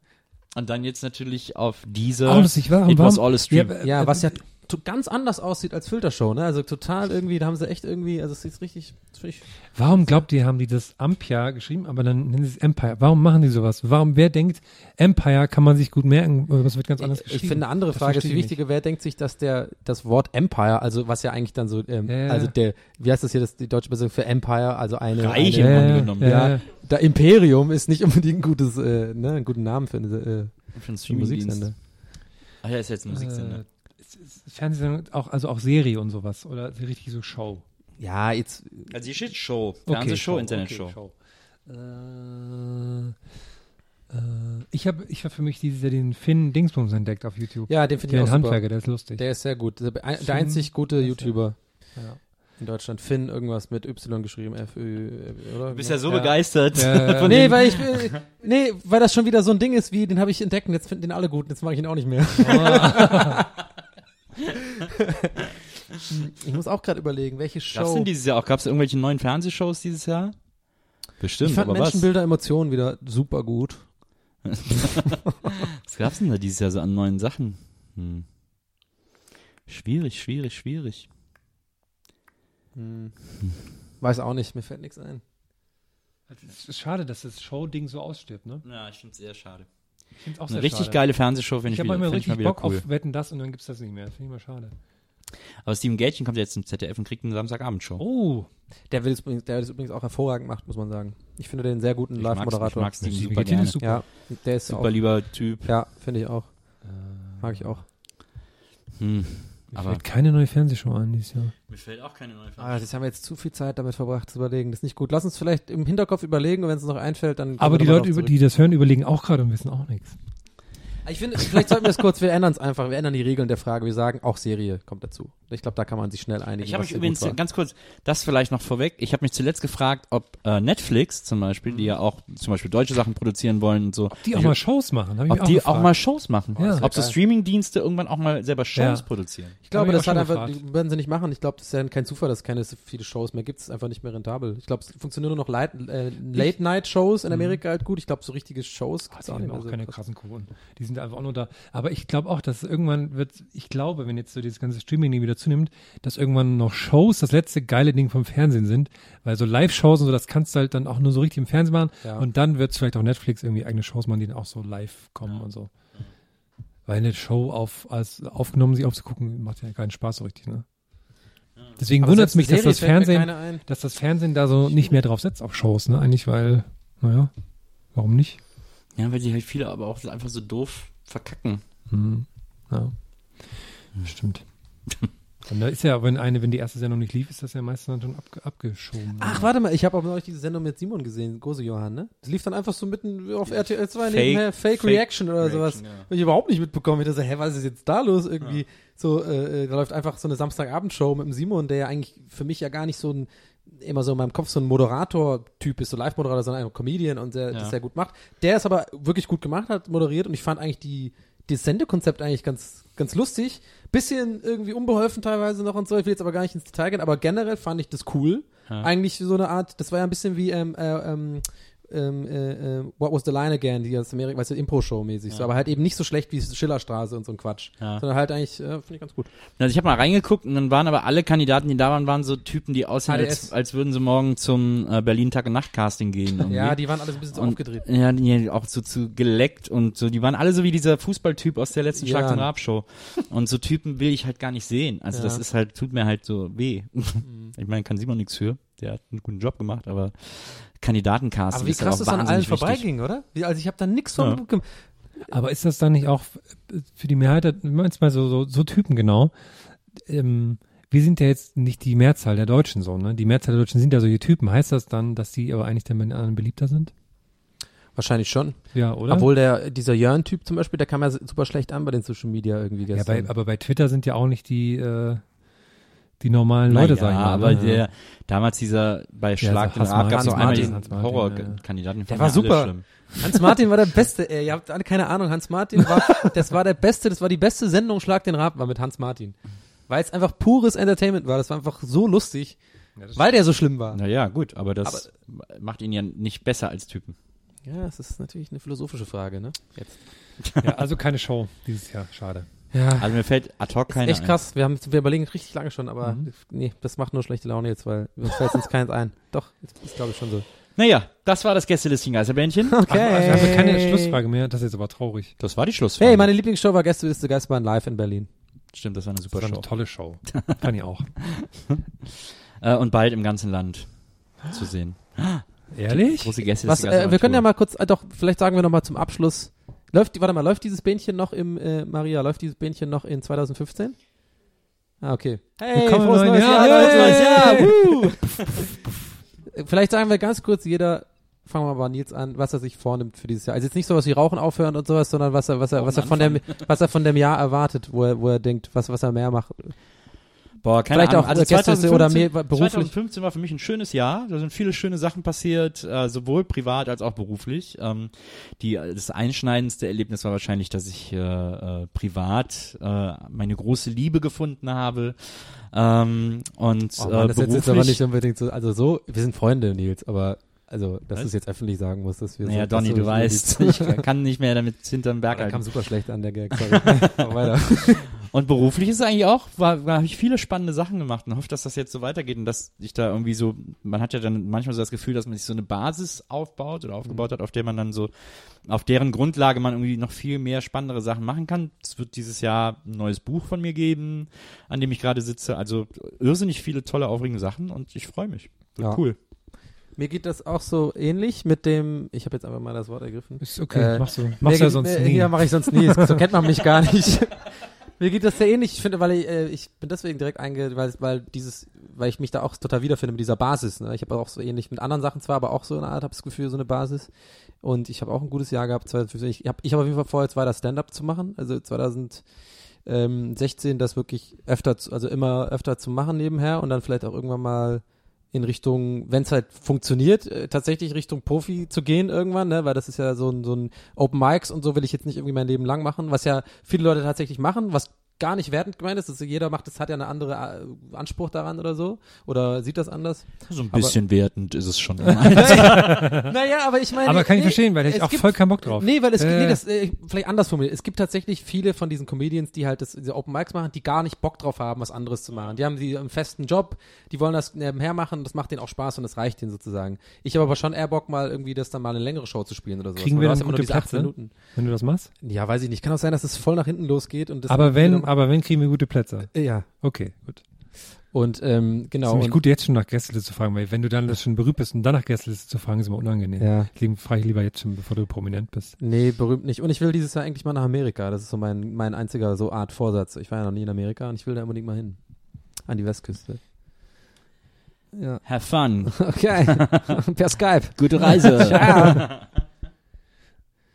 [SPEAKER 3] Und dann jetzt natürlich auf
[SPEAKER 2] äh,
[SPEAKER 3] diese.
[SPEAKER 6] Oh, das ist wahr.
[SPEAKER 3] It was
[SPEAKER 6] Warum-
[SPEAKER 3] all a stream.
[SPEAKER 6] Ja, äh,
[SPEAKER 2] Ja, was ja t- ganz anders aussieht als Filtershow, ne? Also total irgendwie, da haben sie echt irgendwie, also es ist richtig, das find ich
[SPEAKER 6] Warum glaubt ihr, haben die das Ampia geschrieben, aber dann nennen sie es Empire? Warum machen die sowas? Warum, wer denkt, Empire kann man sich gut merken, aber das wird ganz anders
[SPEAKER 2] Ich-
[SPEAKER 6] geschrieben?
[SPEAKER 2] Ich finde, eine andere
[SPEAKER 6] Das
[SPEAKER 2] Frage ist
[SPEAKER 6] verstehe
[SPEAKER 2] die
[SPEAKER 6] ich nicht.
[SPEAKER 2] wichtige. Wer denkt sich, dass der, das Wort Empire, also was ja eigentlich dann so, ähm,
[SPEAKER 6] Ja, ja.
[SPEAKER 2] also der, wie heißt das hier, das, die deutsche Übersetzung für Empire, also eine.
[SPEAKER 3] Reich im
[SPEAKER 2] Eine,
[SPEAKER 6] Ja,
[SPEAKER 3] Grunde
[SPEAKER 6] ja,
[SPEAKER 3] genommen.
[SPEAKER 6] ja,
[SPEAKER 2] ja,
[SPEAKER 6] ja.
[SPEAKER 2] da Imperium ist nicht unbedingt ein gutes, äh, ne, einen guten Namen für eine
[SPEAKER 3] Für einen
[SPEAKER 2] äh, Musiksender.
[SPEAKER 3] Ach ja, ist jetzt ein Musiksender.
[SPEAKER 2] ne?
[SPEAKER 6] Äh, es ist Fernsehsendung, auch, also auch Serie und sowas oder so richtig so Show.
[SPEAKER 2] Ja, jetzt,
[SPEAKER 3] Also die Shit-Show,
[SPEAKER 6] Okay,
[SPEAKER 3] Fernsehshow,
[SPEAKER 6] Show,
[SPEAKER 3] Internetshow.
[SPEAKER 6] okay, Show. Äh, äh, ich habe ich hab für mich dieses Jahr den Finn Dingsbums entdeckt auf YouTube.
[SPEAKER 2] ja, den finde ich
[SPEAKER 6] den
[SPEAKER 2] auch
[SPEAKER 6] Handwerker,
[SPEAKER 2] super.
[SPEAKER 6] der ist lustig.
[SPEAKER 2] Der ist sehr gut. Der, ein,
[SPEAKER 6] Finn-
[SPEAKER 2] der einzig gute YouTuber
[SPEAKER 6] Ja.
[SPEAKER 2] in Deutschland. Finn, irgendwas mit Y geschrieben, F, Ö, oder?
[SPEAKER 3] Du bist ja so
[SPEAKER 2] begeistert.
[SPEAKER 3] begeistert.
[SPEAKER 6] Äh,
[SPEAKER 3] von
[SPEAKER 2] Nee,
[SPEAKER 3] dem-
[SPEAKER 2] weil ich, äh, nee, weil das schon wieder so ein Ding ist, wie, den habe ich entdeckt und jetzt finden den alle gut und jetzt mache ich ihn auch nicht mehr. ich muss auch gerade überlegen, welche
[SPEAKER 3] Gab's
[SPEAKER 2] Show.
[SPEAKER 3] denn dieses Jahr auch? Gab's irgendwelche neuen Fernsehshows dieses Jahr? Bestimmt,
[SPEAKER 2] ich fand
[SPEAKER 3] aber was?
[SPEAKER 2] Menschenbilder, Emotionen wieder super gut.
[SPEAKER 3] Was gab's denn da dieses Jahr so an neuen Sachen? Hm. Schwierig, schwierig, schwierig. Hm.
[SPEAKER 2] Weiß auch nicht, mir fällt nichts ein.
[SPEAKER 6] Also, Es ist schade, dass das Show-Ding so ausstirbt, ne?
[SPEAKER 3] Ja, ich find's sehr schade.
[SPEAKER 6] Ich find's auch
[SPEAKER 3] Eine
[SPEAKER 6] sehr
[SPEAKER 3] richtig
[SPEAKER 6] schade.
[SPEAKER 3] geile Fernsehshow finde
[SPEAKER 6] Ich
[SPEAKER 3] ich,
[SPEAKER 6] habe
[SPEAKER 3] wieder,
[SPEAKER 6] immer
[SPEAKER 3] find ich
[SPEAKER 6] richtig
[SPEAKER 3] mal wieder
[SPEAKER 6] Bock
[SPEAKER 3] cool.
[SPEAKER 6] auf Wetten das und dann gibt's das nicht mehr. Finde ich immer schade.
[SPEAKER 3] Aber Steven Gätchen kommt jetzt im ZDF und kriegt eine Samstagabendshow.
[SPEAKER 6] Oh,
[SPEAKER 2] Der will es übrigens, der das übrigens auch hervorragend macht, muss man sagen. Ich finde den sehr guten
[SPEAKER 3] ich mag's- Ich
[SPEAKER 2] Live-Moderator.
[SPEAKER 3] mag Steven
[SPEAKER 6] Steven
[SPEAKER 3] super
[SPEAKER 6] Gätchen
[SPEAKER 3] gerne.
[SPEAKER 6] ist
[SPEAKER 2] Ja, der ist
[SPEAKER 3] super Äh.
[SPEAKER 2] auch,
[SPEAKER 3] lieber Typ.
[SPEAKER 2] ja, finde ich auch. Mag ich auch.
[SPEAKER 3] Hm.
[SPEAKER 6] mir
[SPEAKER 3] Aber
[SPEAKER 6] fällt keine neue Fernsehshow an dieses Jahr.
[SPEAKER 3] mir fällt auch keine neue
[SPEAKER 2] Ah, das haben wir jetzt zu viel Zeit damit verbracht zu überlegen. Das ist nicht gut. Lass uns vielleicht im Hinterkopf überlegen und wenn es uns noch einfällt, dann. kommen
[SPEAKER 6] Aber
[SPEAKER 2] wir
[SPEAKER 6] die
[SPEAKER 2] nochmal
[SPEAKER 6] Leute,
[SPEAKER 2] drauf
[SPEAKER 6] über,
[SPEAKER 2] zurück.
[SPEAKER 6] die das hören, überlegen auch gerade und wissen auch nichts.
[SPEAKER 2] Ich finde, vielleicht sollten wir das kurz, wir ändern es einfach. Wir ändern die Regeln der Frage. Wir sagen, auch Serie kommt dazu. Ich glaube, da kann man sich schnell einigen.
[SPEAKER 3] Ich habe
[SPEAKER 2] was
[SPEAKER 3] mich
[SPEAKER 2] gut
[SPEAKER 3] übrigens
[SPEAKER 2] war.
[SPEAKER 3] ganz kurz, das vielleicht noch vorweg. Ich habe mich zuletzt gefragt, ob äh, Netflix zum Beispiel, die ja auch zum Beispiel deutsche Sachen produzieren wollen und so,
[SPEAKER 6] Die auch mal Shows machen, hab ich
[SPEAKER 3] ob
[SPEAKER 6] mich auch
[SPEAKER 3] die
[SPEAKER 6] gefragt.
[SPEAKER 3] auch mal Shows machen,
[SPEAKER 6] Ja.
[SPEAKER 3] ob so
[SPEAKER 6] Geil.
[SPEAKER 3] Streamingdienste irgendwann auch mal selber Shows
[SPEAKER 6] Ja.
[SPEAKER 3] produzieren.
[SPEAKER 2] Ich glaube,
[SPEAKER 6] Hab ich
[SPEAKER 2] das
[SPEAKER 6] auch
[SPEAKER 2] hat
[SPEAKER 6] schon
[SPEAKER 2] einfach,
[SPEAKER 6] gefragt.
[SPEAKER 2] die werden sie nicht machen. Ich glaube, das ist ja kein Zufall, dass es keine so viele Shows mehr gibt. Es ist einfach nicht mehr rentabel. Ich glaube, es funktionieren nur noch Light- äh, Late-Night-Shows in Amerika halt gut. Ich glaube, so richtige Shows gibt
[SPEAKER 6] Ach,
[SPEAKER 2] es
[SPEAKER 6] Mhm. Ah,
[SPEAKER 2] auch
[SPEAKER 6] die haben
[SPEAKER 2] nicht
[SPEAKER 6] auch
[SPEAKER 2] mehr. so
[SPEAKER 6] keine
[SPEAKER 2] krass.
[SPEAKER 6] krassen Quoten. Die sind einfach auch nur da. Aber ich glaube auch, dass irgendwann wird, ich glaube, wenn jetzt so dieses ganze Streaming wieder zunimmt, dass irgendwann noch Shows das letzte geile Ding vom Fernsehen sind. Weil so Live-Shows und so, das kannst du halt dann auch nur so richtig im Fernsehen machen.
[SPEAKER 2] Ja.
[SPEAKER 6] Und dann wird es vielleicht auch Netflix irgendwie eigene Shows machen, die dann auch so live kommen und so. Weil eine Show auf, als aufgenommen, sie aufzugucken, macht ja keinen Spaß so richtig, ne? Deswegen
[SPEAKER 2] Aber
[SPEAKER 6] wundert es
[SPEAKER 2] selbst
[SPEAKER 6] mich, dass
[SPEAKER 2] Serie
[SPEAKER 6] das
[SPEAKER 2] fällt mir
[SPEAKER 6] Fernsehen,
[SPEAKER 2] keine ein.
[SPEAKER 6] dass das Fernsehen da so nicht mehr drauf setzt auf Shows, ne? Eigentlich, weil, naja, warum nicht?
[SPEAKER 3] Ja, weil die halt viele aber auch einfach so doof verkacken.
[SPEAKER 6] Hm, ja. Stimmt. Und da ist ja, wenn eine, wenn die erste Sendung nicht lief, ist das ja meistens dann schon abge abgeschoben.
[SPEAKER 2] Ach, warte mal, ich habe aber neulich diese Sendung mit Simon gesehen, Gose Johann, ne? Das lief dann einfach so mitten auf RTL 2
[SPEAKER 3] Fake-
[SPEAKER 2] nebenher, Fake,
[SPEAKER 3] Fake
[SPEAKER 2] Reaction oder
[SPEAKER 3] Reaction,
[SPEAKER 2] sowas.
[SPEAKER 3] ja.
[SPEAKER 2] Hab ich überhaupt nicht mitbekommen. Ich dachte, so, hä, was ist jetzt da los? Irgendwie so, äh, äh, da läuft einfach so eine Samstagabendshow mit dem Simon, der ja eigentlich für mich ja gar nicht so ein, immer so in meinem Kopf so ein Moderator-Typ ist, so Live-Moderator, sondern ein Comedian und der das sehr gut macht. Der es aber wirklich gut gemacht hat, moderiert und ich fand eigentlich die, das Sendekonzept eigentlich ganz, ganz lustig. Bisschen irgendwie unbeholfen teilweise noch und so. Ich will jetzt aber gar nicht ins Detail gehen, aber generell fand ich das cool. Eigentlich so eine Art, das war ja ein bisschen wie ähm, äh, ähm, ähm, äh, äh, What Was the Line Again, die aus Amerika, weißt du, Impro-Show-mäßig, so, aber halt eben nicht so schlecht wie Schillerstraße und so ein Quatsch.
[SPEAKER 3] Ja.
[SPEAKER 2] Sondern halt eigentlich, äh, finde ich ganz gut.
[SPEAKER 3] Also ich habe mal reingeguckt und dann waren aber alle Kandidaten, die da waren, waren so Typen, die aussehen,
[SPEAKER 2] HDS.
[SPEAKER 3] als, als würden sie morgen zum äh, Berlin Tag und Nacht Casting gehen. irgendwie.
[SPEAKER 2] Ja, die waren alles ein bisschen so
[SPEAKER 3] Mhm. Und-
[SPEAKER 2] aufgedreht.
[SPEAKER 3] Ja, die auch so zu geleckt und so. Die waren alle so wie dieser Fußballtyp aus der letzten
[SPEAKER 2] Ja.
[SPEAKER 3] Schlag den Raab Show. Und so Typen will ich halt gar nicht sehen. Also
[SPEAKER 2] Ja.
[SPEAKER 3] das ist halt, tut mir halt so weh. Ich meine, kann Simon nichts für. Der hat einen guten Job gemacht, aber Kandidatencasting
[SPEAKER 2] Aber wie
[SPEAKER 3] ist
[SPEAKER 2] krass
[SPEAKER 3] aber
[SPEAKER 2] es an allen
[SPEAKER 3] wahnsinnig wichtig.
[SPEAKER 2] vorbeiging, oder? Wie, also ich habe da nichts von
[SPEAKER 3] Ja.
[SPEAKER 2] mitbekommen.
[SPEAKER 6] Aber ist das dann nicht auch für die Mehrheit, der- meinst du mal so, so, so Typen genau? Ähm, wir sind ja jetzt nicht die Mehrzahl der Deutschen so, ne? Die Mehrzahl der Deutschen sind ja solche Typen. Heißt das dann, dass die aber eigentlich dann bei den anderen beliebter sind?
[SPEAKER 2] Wahrscheinlich schon.
[SPEAKER 6] Ja, oder?
[SPEAKER 2] Obwohl der, dieser Jörn-Typ zum Beispiel, der kam ja super schlecht an bei den Social Media irgendwie
[SPEAKER 6] ja,
[SPEAKER 2] gestern.
[SPEAKER 6] bei, aber bei Twitter sind ja auch nicht die, äh, die normalen
[SPEAKER 3] Na
[SPEAKER 6] Leute,
[SPEAKER 3] ja,
[SPEAKER 6] sag ich mal.
[SPEAKER 3] aber
[SPEAKER 6] ne?
[SPEAKER 3] der, damals dieser, bei Schlag
[SPEAKER 6] so Hans
[SPEAKER 3] den Raab gab es
[SPEAKER 6] Martin,
[SPEAKER 3] auch einmal
[SPEAKER 6] Hans
[SPEAKER 3] diesen
[SPEAKER 6] Martin, ja.
[SPEAKER 3] Horrorkandidaten. den
[SPEAKER 2] Der
[SPEAKER 3] fanden
[SPEAKER 2] war
[SPEAKER 3] ja alle
[SPEAKER 2] super.
[SPEAKER 3] schlimm.
[SPEAKER 2] Hans Martin war der Beste, ey. Ihr habt alle keine Ahnung. Hans Martin war, das war der Beste, das war die beste Sendung Schlag den Raab war mit Hans Martin. Weil es einfach pures Entertainment war. Das war einfach so lustig, weil der so schlimm war.
[SPEAKER 3] Naja, gut, aber das macht ihn ja nicht besser als Typen.
[SPEAKER 2] Ja, das ist natürlich eine philosophische Frage, ne? Jetzt.
[SPEAKER 6] ja, also keine Show dieses Jahr, schade.
[SPEAKER 2] Ja,
[SPEAKER 3] Also mir fällt ad hoc
[SPEAKER 2] ist
[SPEAKER 3] keiner
[SPEAKER 2] echt krass. Wir, haben, wir überlegen richtig lange schon, aber nee, das macht nur schlechte Laune jetzt, weil uns fällt uns keins ein. Doch, ist, ist glaube ich schon so.
[SPEAKER 3] Ein. Naja, das war das Gästelisting Geisterbändchen.
[SPEAKER 6] Okay.
[SPEAKER 2] Äh.
[SPEAKER 6] Also, also keine Schlussfrage mehr, das ist jetzt aber traurig.
[SPEAKER 3] Das war die Schlussfrage.
[SPEAKER 2] Hey, meine Lieblingsshow war gestern ist der Geistbahn live in Berlin.
[SPEAKER 3] Stimmt, das war eine
[SPEAKER 6] Das
[SPEAKER 3] super
[SPEAKER 6] war
[SPEAKER 3] Show.
[SPEAKER 6] eine tolle Show. Fand ich auch.
[SPEAKER 3] Äh, und bald im ganzen Land zu sehen.
[SPEAKER 6] Ehrlich?
[SPEAKER 3] Große Gäste.
[SPEAKER 2] Was, äh, wir können ja mal kurz, äh, doch, vielleicht sagen wir noch mal zum Abschluss. Läuft, die- warte mal, läuft dieses Bähnchen noch im, äh, Maria, läuft dieses Bähnchen noch in 2015? Ah, okay. Hey,
[SPEAKER 6] Willkommen im neuen Jahr.
[SPEAKER 2] Leute.
[SPEAKER 6] Hey.
[SPEAKER 2] Wuhu. Äh, vielleicht sagen wir ganz kurz jeder, fangen wir mal bei Nils an, was er sich vornimmt für dieses Jahr. Also jetzt nicht sowas wie Rauchen aufhören und sowas, sondern was er, was er, was er von dem, was er von dem Jahr erwartet, wo er, wo er denkt, was, was er mehr macht.
[SPEAKER 3] Boah, keine
[SPEAKER 2] vielleicht
[SPEAKER 3] Ahnung.
[SPEAKER 2] auch Gästeliste oder mehr- beruflich.
[SPEAKER 3] 2015 war für mich ein schönes Jahr. Da sind viele schöne Sachen passiert, äh, sowohl privat als auch beruflich. Ähm, die, das einschneidendste Erlebnis war wahrscheinlich, dass ich äh, äh, privat äh, meine große Liebe gefunden habe. Ähm, und
[SPEAKER 2] Oh Mann,
[SPEAKER 3] äh,
[SPEAKER 2] das ist
[SPEAKER 3] beruflich,
[SPEAKER 2] jetzt aber nicht unbedingt so, also so, wir sind Freunde, Nils, aber, also, dass
[SPEAKER 3] Was?
[SPEAKER 2] du es jetzt öffentlich sagen musst, dass wir so-
[SPEAKER 3] naja,
[SPEAKER 2] dass
[SPEAKER 3] Donny, du
[SPEAKER 2] so-
[SPEAKER 3] weißt, ich halt. kann nicht mehr damit hinterm Berg
[SPEAKER 2] Der
[SPEAKER 3] halten.
[SPEAKER 2] kam super schlecht an, der Gag. Sorry. Mach weiter.
[SPEAKER 3] Und beruflich ist es eigentlich auch, war, war, habe ich viele spannende Sachen gemacht und hoffe, dass das jetzt so weitergeht und dass ich da irgendwie so, man hat ja dann manchmal so das Gefühl, dass man sich so eine Basis aufbaut oder
[SPEAKER 2] Mhm.
[SPEAKER 3] aufgebaut hat, auf der man dann so, auf deren Grundlage man irgendwie noch viel mehr spannendere Sachen machen kann. Es wird dieses Jahr ein neues Buch von mir geben, an dem ich gerade sitze. Also irrsinnig viele tolle, aufregende Sachen und ich freue mich. Wird
[SPEAKER 2] Ja.
[SPEAKER 3] cool.
[SPEAKER 2] Mir geht das auch so ähnlich mit dem, ich habe jetzt einfach mal das Wort ergriffen.
[SPEAKER 6] Ist okay,
[SPEAKER 2] Äh,
[SPEAKER 6] machst du. Machst du
[SPEAKER 2] mir
[SPEAKER 6] ja
[SPEAKER 2] geht-
[SPEAKER 6] sonst
[SPEAKER 2] mir-
[SPEAKER 6] nie.
[SPEAKER 2] Ja, mache ich sonst nie. So kennt man mich gar nicht. Mir geht das sehr ähnlich. Ich finde, weil ich, äh, ich bin deswegen direkt einge, weil, weil dieses, weil ich mich da auch total wiederfinde mit dieser Basis. Ne? Ich habe auch so ähnlich mit anderen Sachen zwar, aber auch so eine Art, habe das Gefühl, so eine Basis. Und ich habe auch ein gutes Jahr gehabt. 2015. Ich habe ich hab auf jeden Fall vor, jetzt weiter Stand-up zu machen. Also 2016 das wirklich öfter, zu, also immer öfter zu machen nebenher und dann vielleicht auch irgendwann mal in Richtung, wenn es halt funktioniert, äh, tatsächlich Richtung Profi zu gehen irgendwann, ne? weil das ist ja so ein, so ein Open Mics und so will ich jetzt nicht irgendwie mein Leben lang machen, was ja viele Leute tatsächlich machen, was gar nicht wertend gemeint ist, also jeder macht das, hat ja eine andere äh, Anspruch daran oder so oder sieht das anders.
[SPEAKER 3] So ein bisschen wertend ist es schon.
[SPEAKER 2] naja, naja, aber ich meine.
[SPEAKER 6] Aber kann ich verstehen, weil da hätte ich
[SPEAKER 2] es
[SPEAKER 6] auch
[SPEAKER 2] gibt-
[SPEAKER 6] voll keinen Bock drauf.
[SPEAKER 2] Nee, weil es,
[SPEAKER 6] Äh.
[SPEAKER 2] nee, das, äh, vielleicht anders formuliert. Es gibt tatsächlich viele von diesen Comedians, die halt das, diese Open Mics machen, die gar nicht Bock drauf haben, was anderes zu machen. Die haben die einen festen Job, die wollen das nebenher machen, das macht denen auch Spaß und das reicht denen sozusagen. Ich habe aber schon eher Bock, mal irgendwie das dann mal eine längere Show zu spielen oder so.
[SPEAKER 6] Kriegen wir dann gute Plätze,
[SPEAKER 2] Minuten.
[SPEAKER 6] wenn du das machst?
[SPEAKER 2] Ja, weiß ich nicht. Kann auch sein, dass es voll nach hinten losgeht und das
[SPEAKER 6] aber wenn,
[SPEAKER 2] Genau.
[SPEAKER 6] aber wenn kriegen wir gute Plätze.
[SPEAKER 2] ja.
[SPEAKER 6] Okay, gut.
[SPEAKER 2] Und ähm,
[SPEAKER 6] Genau, ist
[SPEAKER 2] genau.
[SPEAKER 6] nämlich
[SPEAKER 2] Und,
[SPEAKER 6] gut, jetzt schon nach Gästeliste zu fragen, weil wenn du dann das schon berühmt bist und dann nach Gästeliste zu fragen, ist immer unangenehm.
[SPEAKER 2] Ja.
[SPEAKER 6] Deswegen frage ich lieber jetzt schon, bevor du prominent bist.
[SPEAKER 2] Nee, berühmt nicht. Und ich will dieses Jahr eigentlich mal nach Amerika. Das ist so mein, mein einziger so Art Vorsatz. Ich war ja noch nie in Amerika und ich will da unbedingt mal hin. An die Westküste. Ja.
[SPEAKER 3] Have fun.
[SPEAKER 2] Okay. per Skype.
[SPEAKER 3] Gute Reise.
[SPEAKER 2] Ciao.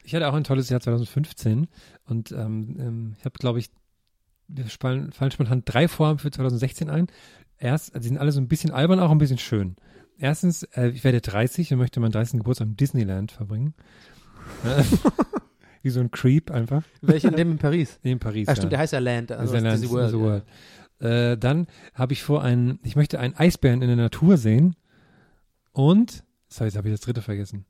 [SPEAKER 6] Ich hatte auch ein tolles Jahr 2015 und ähm, ähm, ich habe, glaube ich, wir fallen, fallen spontan drei Vorhaben für 2016 ein. Erst, also die sind alle so ein bisschen albern, auch ein bisschen schön. Erstens, äh, ich werde 30 und möchte meinen 30. Geburtstag im Disneyland verbringen. Äh, Wie so ein Creep einfach.
[SPEAKER 2] Welche in dem in Paris?
[SPEAKER 6] Nee, in Paris.
[SPEAKER 2] Ah,
[SPEAKER 6] ja.
[SPEAKER 2] stimmt, der heißt ja Land. Also
[SPEAKER 6] Disneyland,
[SPEAKER 2] Disney World.
[SPEAKER 6] Disney World. Äh, dann habe ich vor, einen, ich möchte einen Eisbären in der Natur sehen. Und, sorry, jetzt habe ich das dritte vergessen.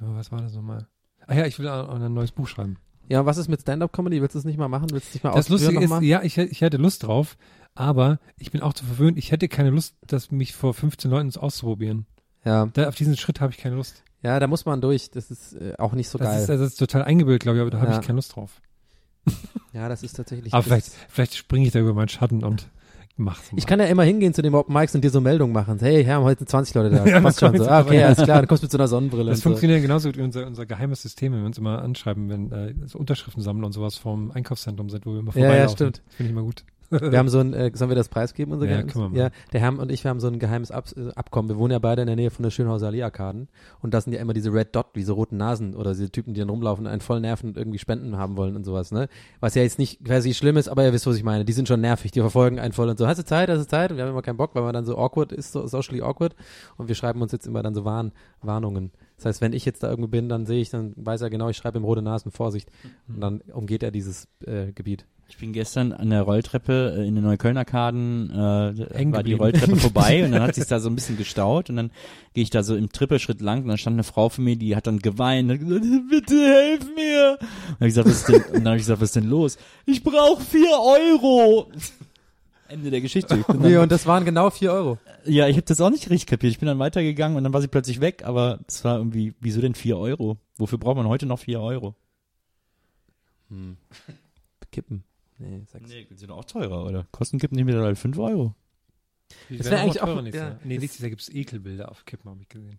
[SPEAKER 6] Oh, Was war das nochmal? Ah ja, ich will auch auch ein neues Buch schreiben.
[SPEAKER 2] Ja, und was ist mit Stand-Up-Comedy? Willst du es nicht mal machen? Willst du es nicht mal
[SPEAKER 6] Das
[SPEAKER 2] ausprobieren
[SPEAKER 6] Lustige ist,
[SPEAKER 2] nochmal?
[SPEAKER 6] ja, ich, hä- ich hätte Lust drauf, aber ich bin auch zu verwöhnt. Ich hätte keine Lust, das mich vor 15 Leuten auszuprobieren.
[SPEAKER 2] ja.
[SPEAKER 6] Da, auf diesen Schritt habe ich keine Lust.
[SPEAKER 2] ja, da muss man durch. Das ist äh, auch nicht so
[SPEAKER 6] das,
[SPEAKER 2] geil.
[SPEAKER 6] Ist, also das ist total eingebildet, glaube ich, aber da habe
[SPEAKER 2] Ja.
[SPEAKER 6] ich keine Lust drauf.
[SPEAKER 2] ja, das ist tatsächlich.
[SPEAKER 6] aber
[SPEAKER 2] das-
[SPEAKER 6] vielleicht, vielleicht springe ich da über meinen Schatten und mach's mal.
[SPEAKER 2] Ich kann ja immer hingehen zu den Open Mics und dir so Meldungen machen. Hey, wir haben heute 20 Leute da.
[SPEAKER 6] Ja,
[SPEAKER 2] Passt
[SPEAKER 6] dann
[SPEAKER 2] schon so.
[SPEAKER 6] kommst du
[SPEAKER 2] Ah, okay,
[SPEAKER 6] vorbei.
[SPEAKER 2] alles klar. Du kommst mit so einer Sonnenbrille.
[SPEAKER 6] Das
[SPEAKER 2] und so.
[SPEAKER 6] funktioniert genauso wie unser, unser geheimes System, wenn wir uns immer anschreiben, wenn äh, so Unterschriften sammeln und sowas vom Einkaufszentrum sind, wo wir immer
[SPEAKER 2] Ja, ja,
[SPEAKER 6] vorbeilaufen.
[SPEAKER 2] stimmt.
[SPEAKER 6] Das finde ich immer gut.
[SPEAKER 2] Wir haben so ein, äh, sollen wir das preisgeben? Unser
[SPEAKER 6] Ja,
[SPEAKER 2] geheimes-
[SPEAKER 6] können wir machen.
[SPEAKER 2] ja, der Herr und ich, wir haben so ein geheimes Ab äh, Abkommen. Wir wohnen ja beide in der Nähe von der Schönhauser Allee-Arkaden. Und da sind ja immer diese Red Dot, diese roten Nasen oder diese Typen, die dann rumlaufen und einen voll nerven und irgendwie Spenden haben wollen und sowas, ne? Was ja jetzt nicht quasi schlimm ist, aber ihr wisst, was ich meine. Die sind schon nervig, die verfolgen einen voll und so, hast du Zeit, hast du Zeit? Und wir haben immer keinen Bock, weil man dann so awkward ist, so socially awkward. Und wir schreiben uns jetzt immer dann so Warn Warnungen. Das heißt, wenn ich jetzt da irgendwo bin, dann sehe ich, dann weiß er genau, ich schreibe ihm rote Nasen, Vorsicht. Und dann umgeht er dieses äh, Gebiet.
[SPEAKER 3] Ich bin gestern an der Rolltreppe äh, in den Neuköllner Kaden, äh,
[SPEAKER 6] Hängen
[SPEAKER 3] war die
[SPEAKER 6] geblieben.
[SPEAKER 3] Rolltreppe vorbei und dann hat sich da so ein bisschen gestaut und dann gehe ich da so im Trippelschritt lang und dann stand eine Frau vor mir, die hat dann geweint und hat gesagt, bitte helf mir. Und hab ich gesagt, was ist denn, und dann habe ich gesagt, was ist denn los? Ich brauche vier Euro. Ende der Geschichte. Ich bin
[SPEAKER 2] Nee,
[SPEAKER 3] dann,
[SPEAKER 2] und das waren genau vier Euro.
[SPEAKER 3] ja, ich habe das auch nicht richtig kapiert. Ich bin dann weitergegangen und dann war sie plötzlich weg, aber es war irgendwie, wieso denn vier Euro? Wofür braucht man heute noch vier Euro?
[SPEAKER 2] Kippen. Nee, sechs.
[SPEAKER 3] Nee, sind auch teurer, oder? Kosten gibt nicht mehr halt fünf Euro.
[SPEAKER 6] Die
[SPEAKER 2] Das wäre
[SPEAKER 6] werden mal
[SPEAKER 2] eigentlich auch-
[SPEAKER 6] teurer nächstes
[SPEAKER 2] ja.
[SPEAKER 6] Jahr. Nee, nächstes Jahr gibt es Ekelbilder auf Kippen, habe ich gesehen.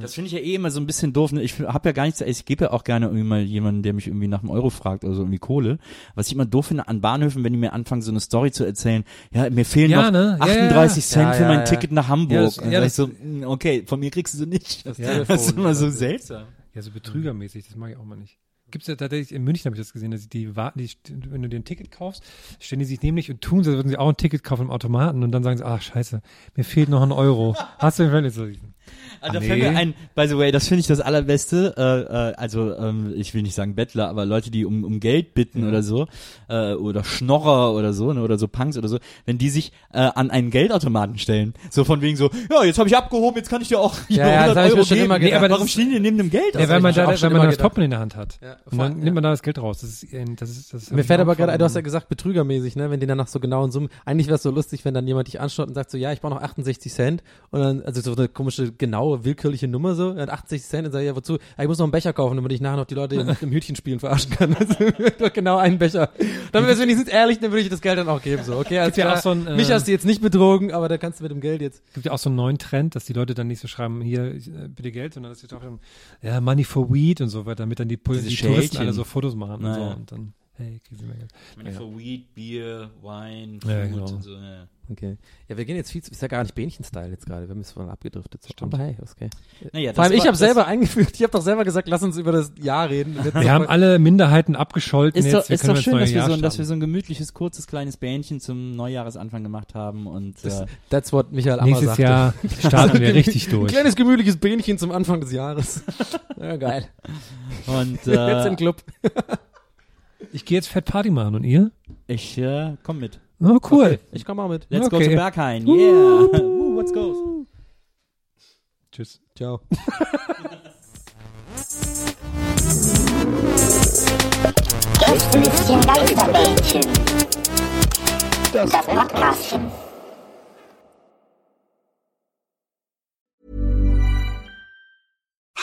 [SPEAKER 3] Das finde ich ja eh immer so ein bisschen doof. Ne? Ich habe ja gar nichts, ich gebe ja auch gerne irgendwie mal jemanden, der mich irgendwie nach einem Euro fragt oder so irgendwie Kohle. Was ich immer doof finde an Bahnhöfen, wenn die mir anfangen, so eine Story zu erzählen. Ja, mir fehlen
[SPEAKER 6] Ja,
[SPEAKER 3] noch
[SPEAKER 6] ne? Ja, ja,
[SPEAKER 3] 38 Cent
[SPEAKER 2] ja.
[SPEAKER 3] für
[SPEAKER 2] Ja,
[SPEAKER 3] mein
[SPEAKER 2] ja, ja.
[SPEAKER 3] Ticket nach Hamburg.
[SPEAKER 6] Ja, das-
[SPEAKER 3] Und dann
[SPEAKER 6] ja,
[SPEAKER 3] sag ich
[SPEAKER 6] das-
[SPEAKER 3] so, "Mm, okay, von mir kriegst du sie nicht. Das, ist
[SPEAKER 2] Telefon.
[SPEAKER 3] immer so seltsam.
[SPEAKER 6] Ja, so betrügermäßig, das mag ich auch mal nicht. Gibt's ja tatsächlich, in München habe ich das gesehen, dass die warten, die, st- wenn du dir ein Ticket kaufst, stellen die sich neben dich und tun so, als würden sie auch ein Ticket kaufen im Automaten und dann sagen sie, ach scheiße, mir fehlt noch ein Euro. Hast du mir völlig so.
[SPEAKER 3] Ah, da
[SPEAKER 6] Ah,
[SPEAKER 3] fällt mir
[SPEAKER 6] nee.
[SPEAKER 3] ein, by the way, das finde ich das allerbeste, äh, äh, also ähm, ich will nicht sagen Bettler, aber Leute, die um, um Geld bitten oder so, äh, oder Schnorrer oder so, ne, oder so Punks oder so, wenn die sich äh, an einen Geldautomaten stellen, so von wegen so, ja, jetzt habe ich abgehoben, jetzt kann ich dir auch hier
[SPEAKER 2] Ja, ja, das hab ich mir
[SPEAKER 3] Euro
[SPEAKER 2] schon
[SPEAKER 3] geben.
[SPEAKER 2] immer gedacht.
[SPEAKER 3] aber warum stehen die neben dem Geld?
[SPEAKER 6] Ja,
[SPEAKER 3] Also,
[SPEAKER 6] weil man
[SPEAKER 3] ich-
[SPEAKER 6] da,
[SPEAKER 2] auch schon
[SPEAKER 6] weil man
[SPEAKER 2] immer
[SPEAKER 6] das
[SPEAKER 2] gedacht.
[SPEAKER 6] Portemonnaie in der Hand hat.
[SPEAKER 2] Ja,
[SPEAKER 6] und
[SPEAKER 2] vor-
[SPEAKER 6] dann
[SPEAKER 2] ja.
[SPEAKER 6] nimmt man da das Geld raus. Das ist, äh, das ist, das hab
[SPEAKER 2] Mir
[SPEAKER 6] ich
[SPEAKER 2] fällt
[SPEAKER 6] auch
[SPEAKER 2] aber gerade,
[SPEAKER 6] von-
[SPEAKER 2] ein, du hast ja gesagt, betrügermäßig, ne, wenn die dann nach so genauen Summen, eigentlich wäre es so lustig, wenn dann jemand dich anschaut und sagt so, ja, ich brauche noch 68 Cent und dann, also so eine komische, genaue, willkürliche Nummer so, und 68 Cent und sag ich, ja, wozu? Ja, ich muss noch einen Becher kaufen, damit ich nachher noch die Leute im, im Hütchen spielen verarschen kann. Also doch genau einen Becher. Damit wir es wenigstens ehrlich, dann würde ich das Geld dann auch geben, so, okay, alles
[SPEAKER 6] Gibt ja
[SPEAKER 2] klar.
[SPEAKER 6] auch so ein, äh,
[SPEAKER 2] Mich hast du jetzt nicht betrogen, aber da kannst du mit dem Geld jetzt.
[SPEAKER 6] Es gibt ja auch so einen neuen Trend, dass die Leute dann nicht so schreiben, hier, ich, äh, bitte Geld, sondern dass sie drauf schreiben, ja, Money for Weed und so weiter, damit dann die, Pol-
[SPEAKER 3] Diese
[SPEAKER 6] die Touristen
[SPEAKER 3] Schälchen.
[SPEAKER 6] alle so Fotos machen
[SPEAKER 3] Na
[SPEAKER 6] und so.
[SPEAKER 3] ja.
[SPEAKER 6] Und dann, Hey, kriegen Sie mehr Geld.
[SPEAKER 3] Ich meine, für Weed, Bier, Wein, Food
[SPEAKER 6] Ja, genau.
[SPEAKER 3] und so. Ja.
[SPEAKER 2] Okay. Ja, wir gehen jetzt viel zu, ist ja gar nicht Bähnchen-Style jetzt gerade, wir haben jetzt von abgedriftet. So. Aber hey, okay.
[SPEAKER 3] Naja, das
[SPEAKER 2] Vor allem, ich
[SPEAKER 3] war-
[SPEAKER 2] habe
[SPEAKER 3] das-
[SPEAKER 2] selber eingeführt, ich habe doch selber gesagt, lass uns über das Jahr reden.
[SPEAKER 6] Wir haben alle Minderheiten abgescholten.
[SPEAKER 3] Also Ist,
[SPEAKER 6] jetzt,
[SPEAKER 3] doch, ist
[SPEAKER 6] können
[SPEAKER 3] doch
[SPEAKER 6] ins
[SPEAKER 3] schön,
[SPEAKER 6] neue
[SPEAKER 3] dass wir,
[SPEAKER 6] Jahr
[SPEAKER 3] so, ein- dass wir
[SPEAKER 6] starten.
[SPEAKER 3] so ein gemütliches, kurzes, kleines Bähnchen zum Neujahresanfang gemacht haben. Und
[SPEAKER 2] Das,
[SPEAKER 3] äh,
[SPEAKER 2] that's what Michael Ammer
[SPEAKER 6] Nächstes
[SPEAKER 2] sagte.
[SPEAKER 6] Jahr starten wir richtig
[SPEAKER 2] Ein
[SPEAKER 6] durch.
[SPEAKER 2] kleines gemütliches Bähnchen zum Anfang des Jahres. Ja, geil.
[SPEAKER 3] und
[SPEAKER 2] Jetzt
[SPEAKER 3] äh,
[SPEAKER 2] im Club.
[SPEAKER 6] Ich gehe jetzt Fett Party machen und ihr?
[SPEAKER 3] ich äh, komm mit.
[SPEAKER 6] Oh, cool.
[SPEAKER 2] Ich komme auch mit.
[SPEAKER 3] Let's go
[SPEAKER 6] Okay.
[SPEAKER 3] to Berghain. Yeah. Woo, let's go.
[SPEAKER 6] Tschüss.
[SPEAKER 2] Ciao.
[SPEAKER 1] Das Büschen Geisterbällchen. Das Podcastchen.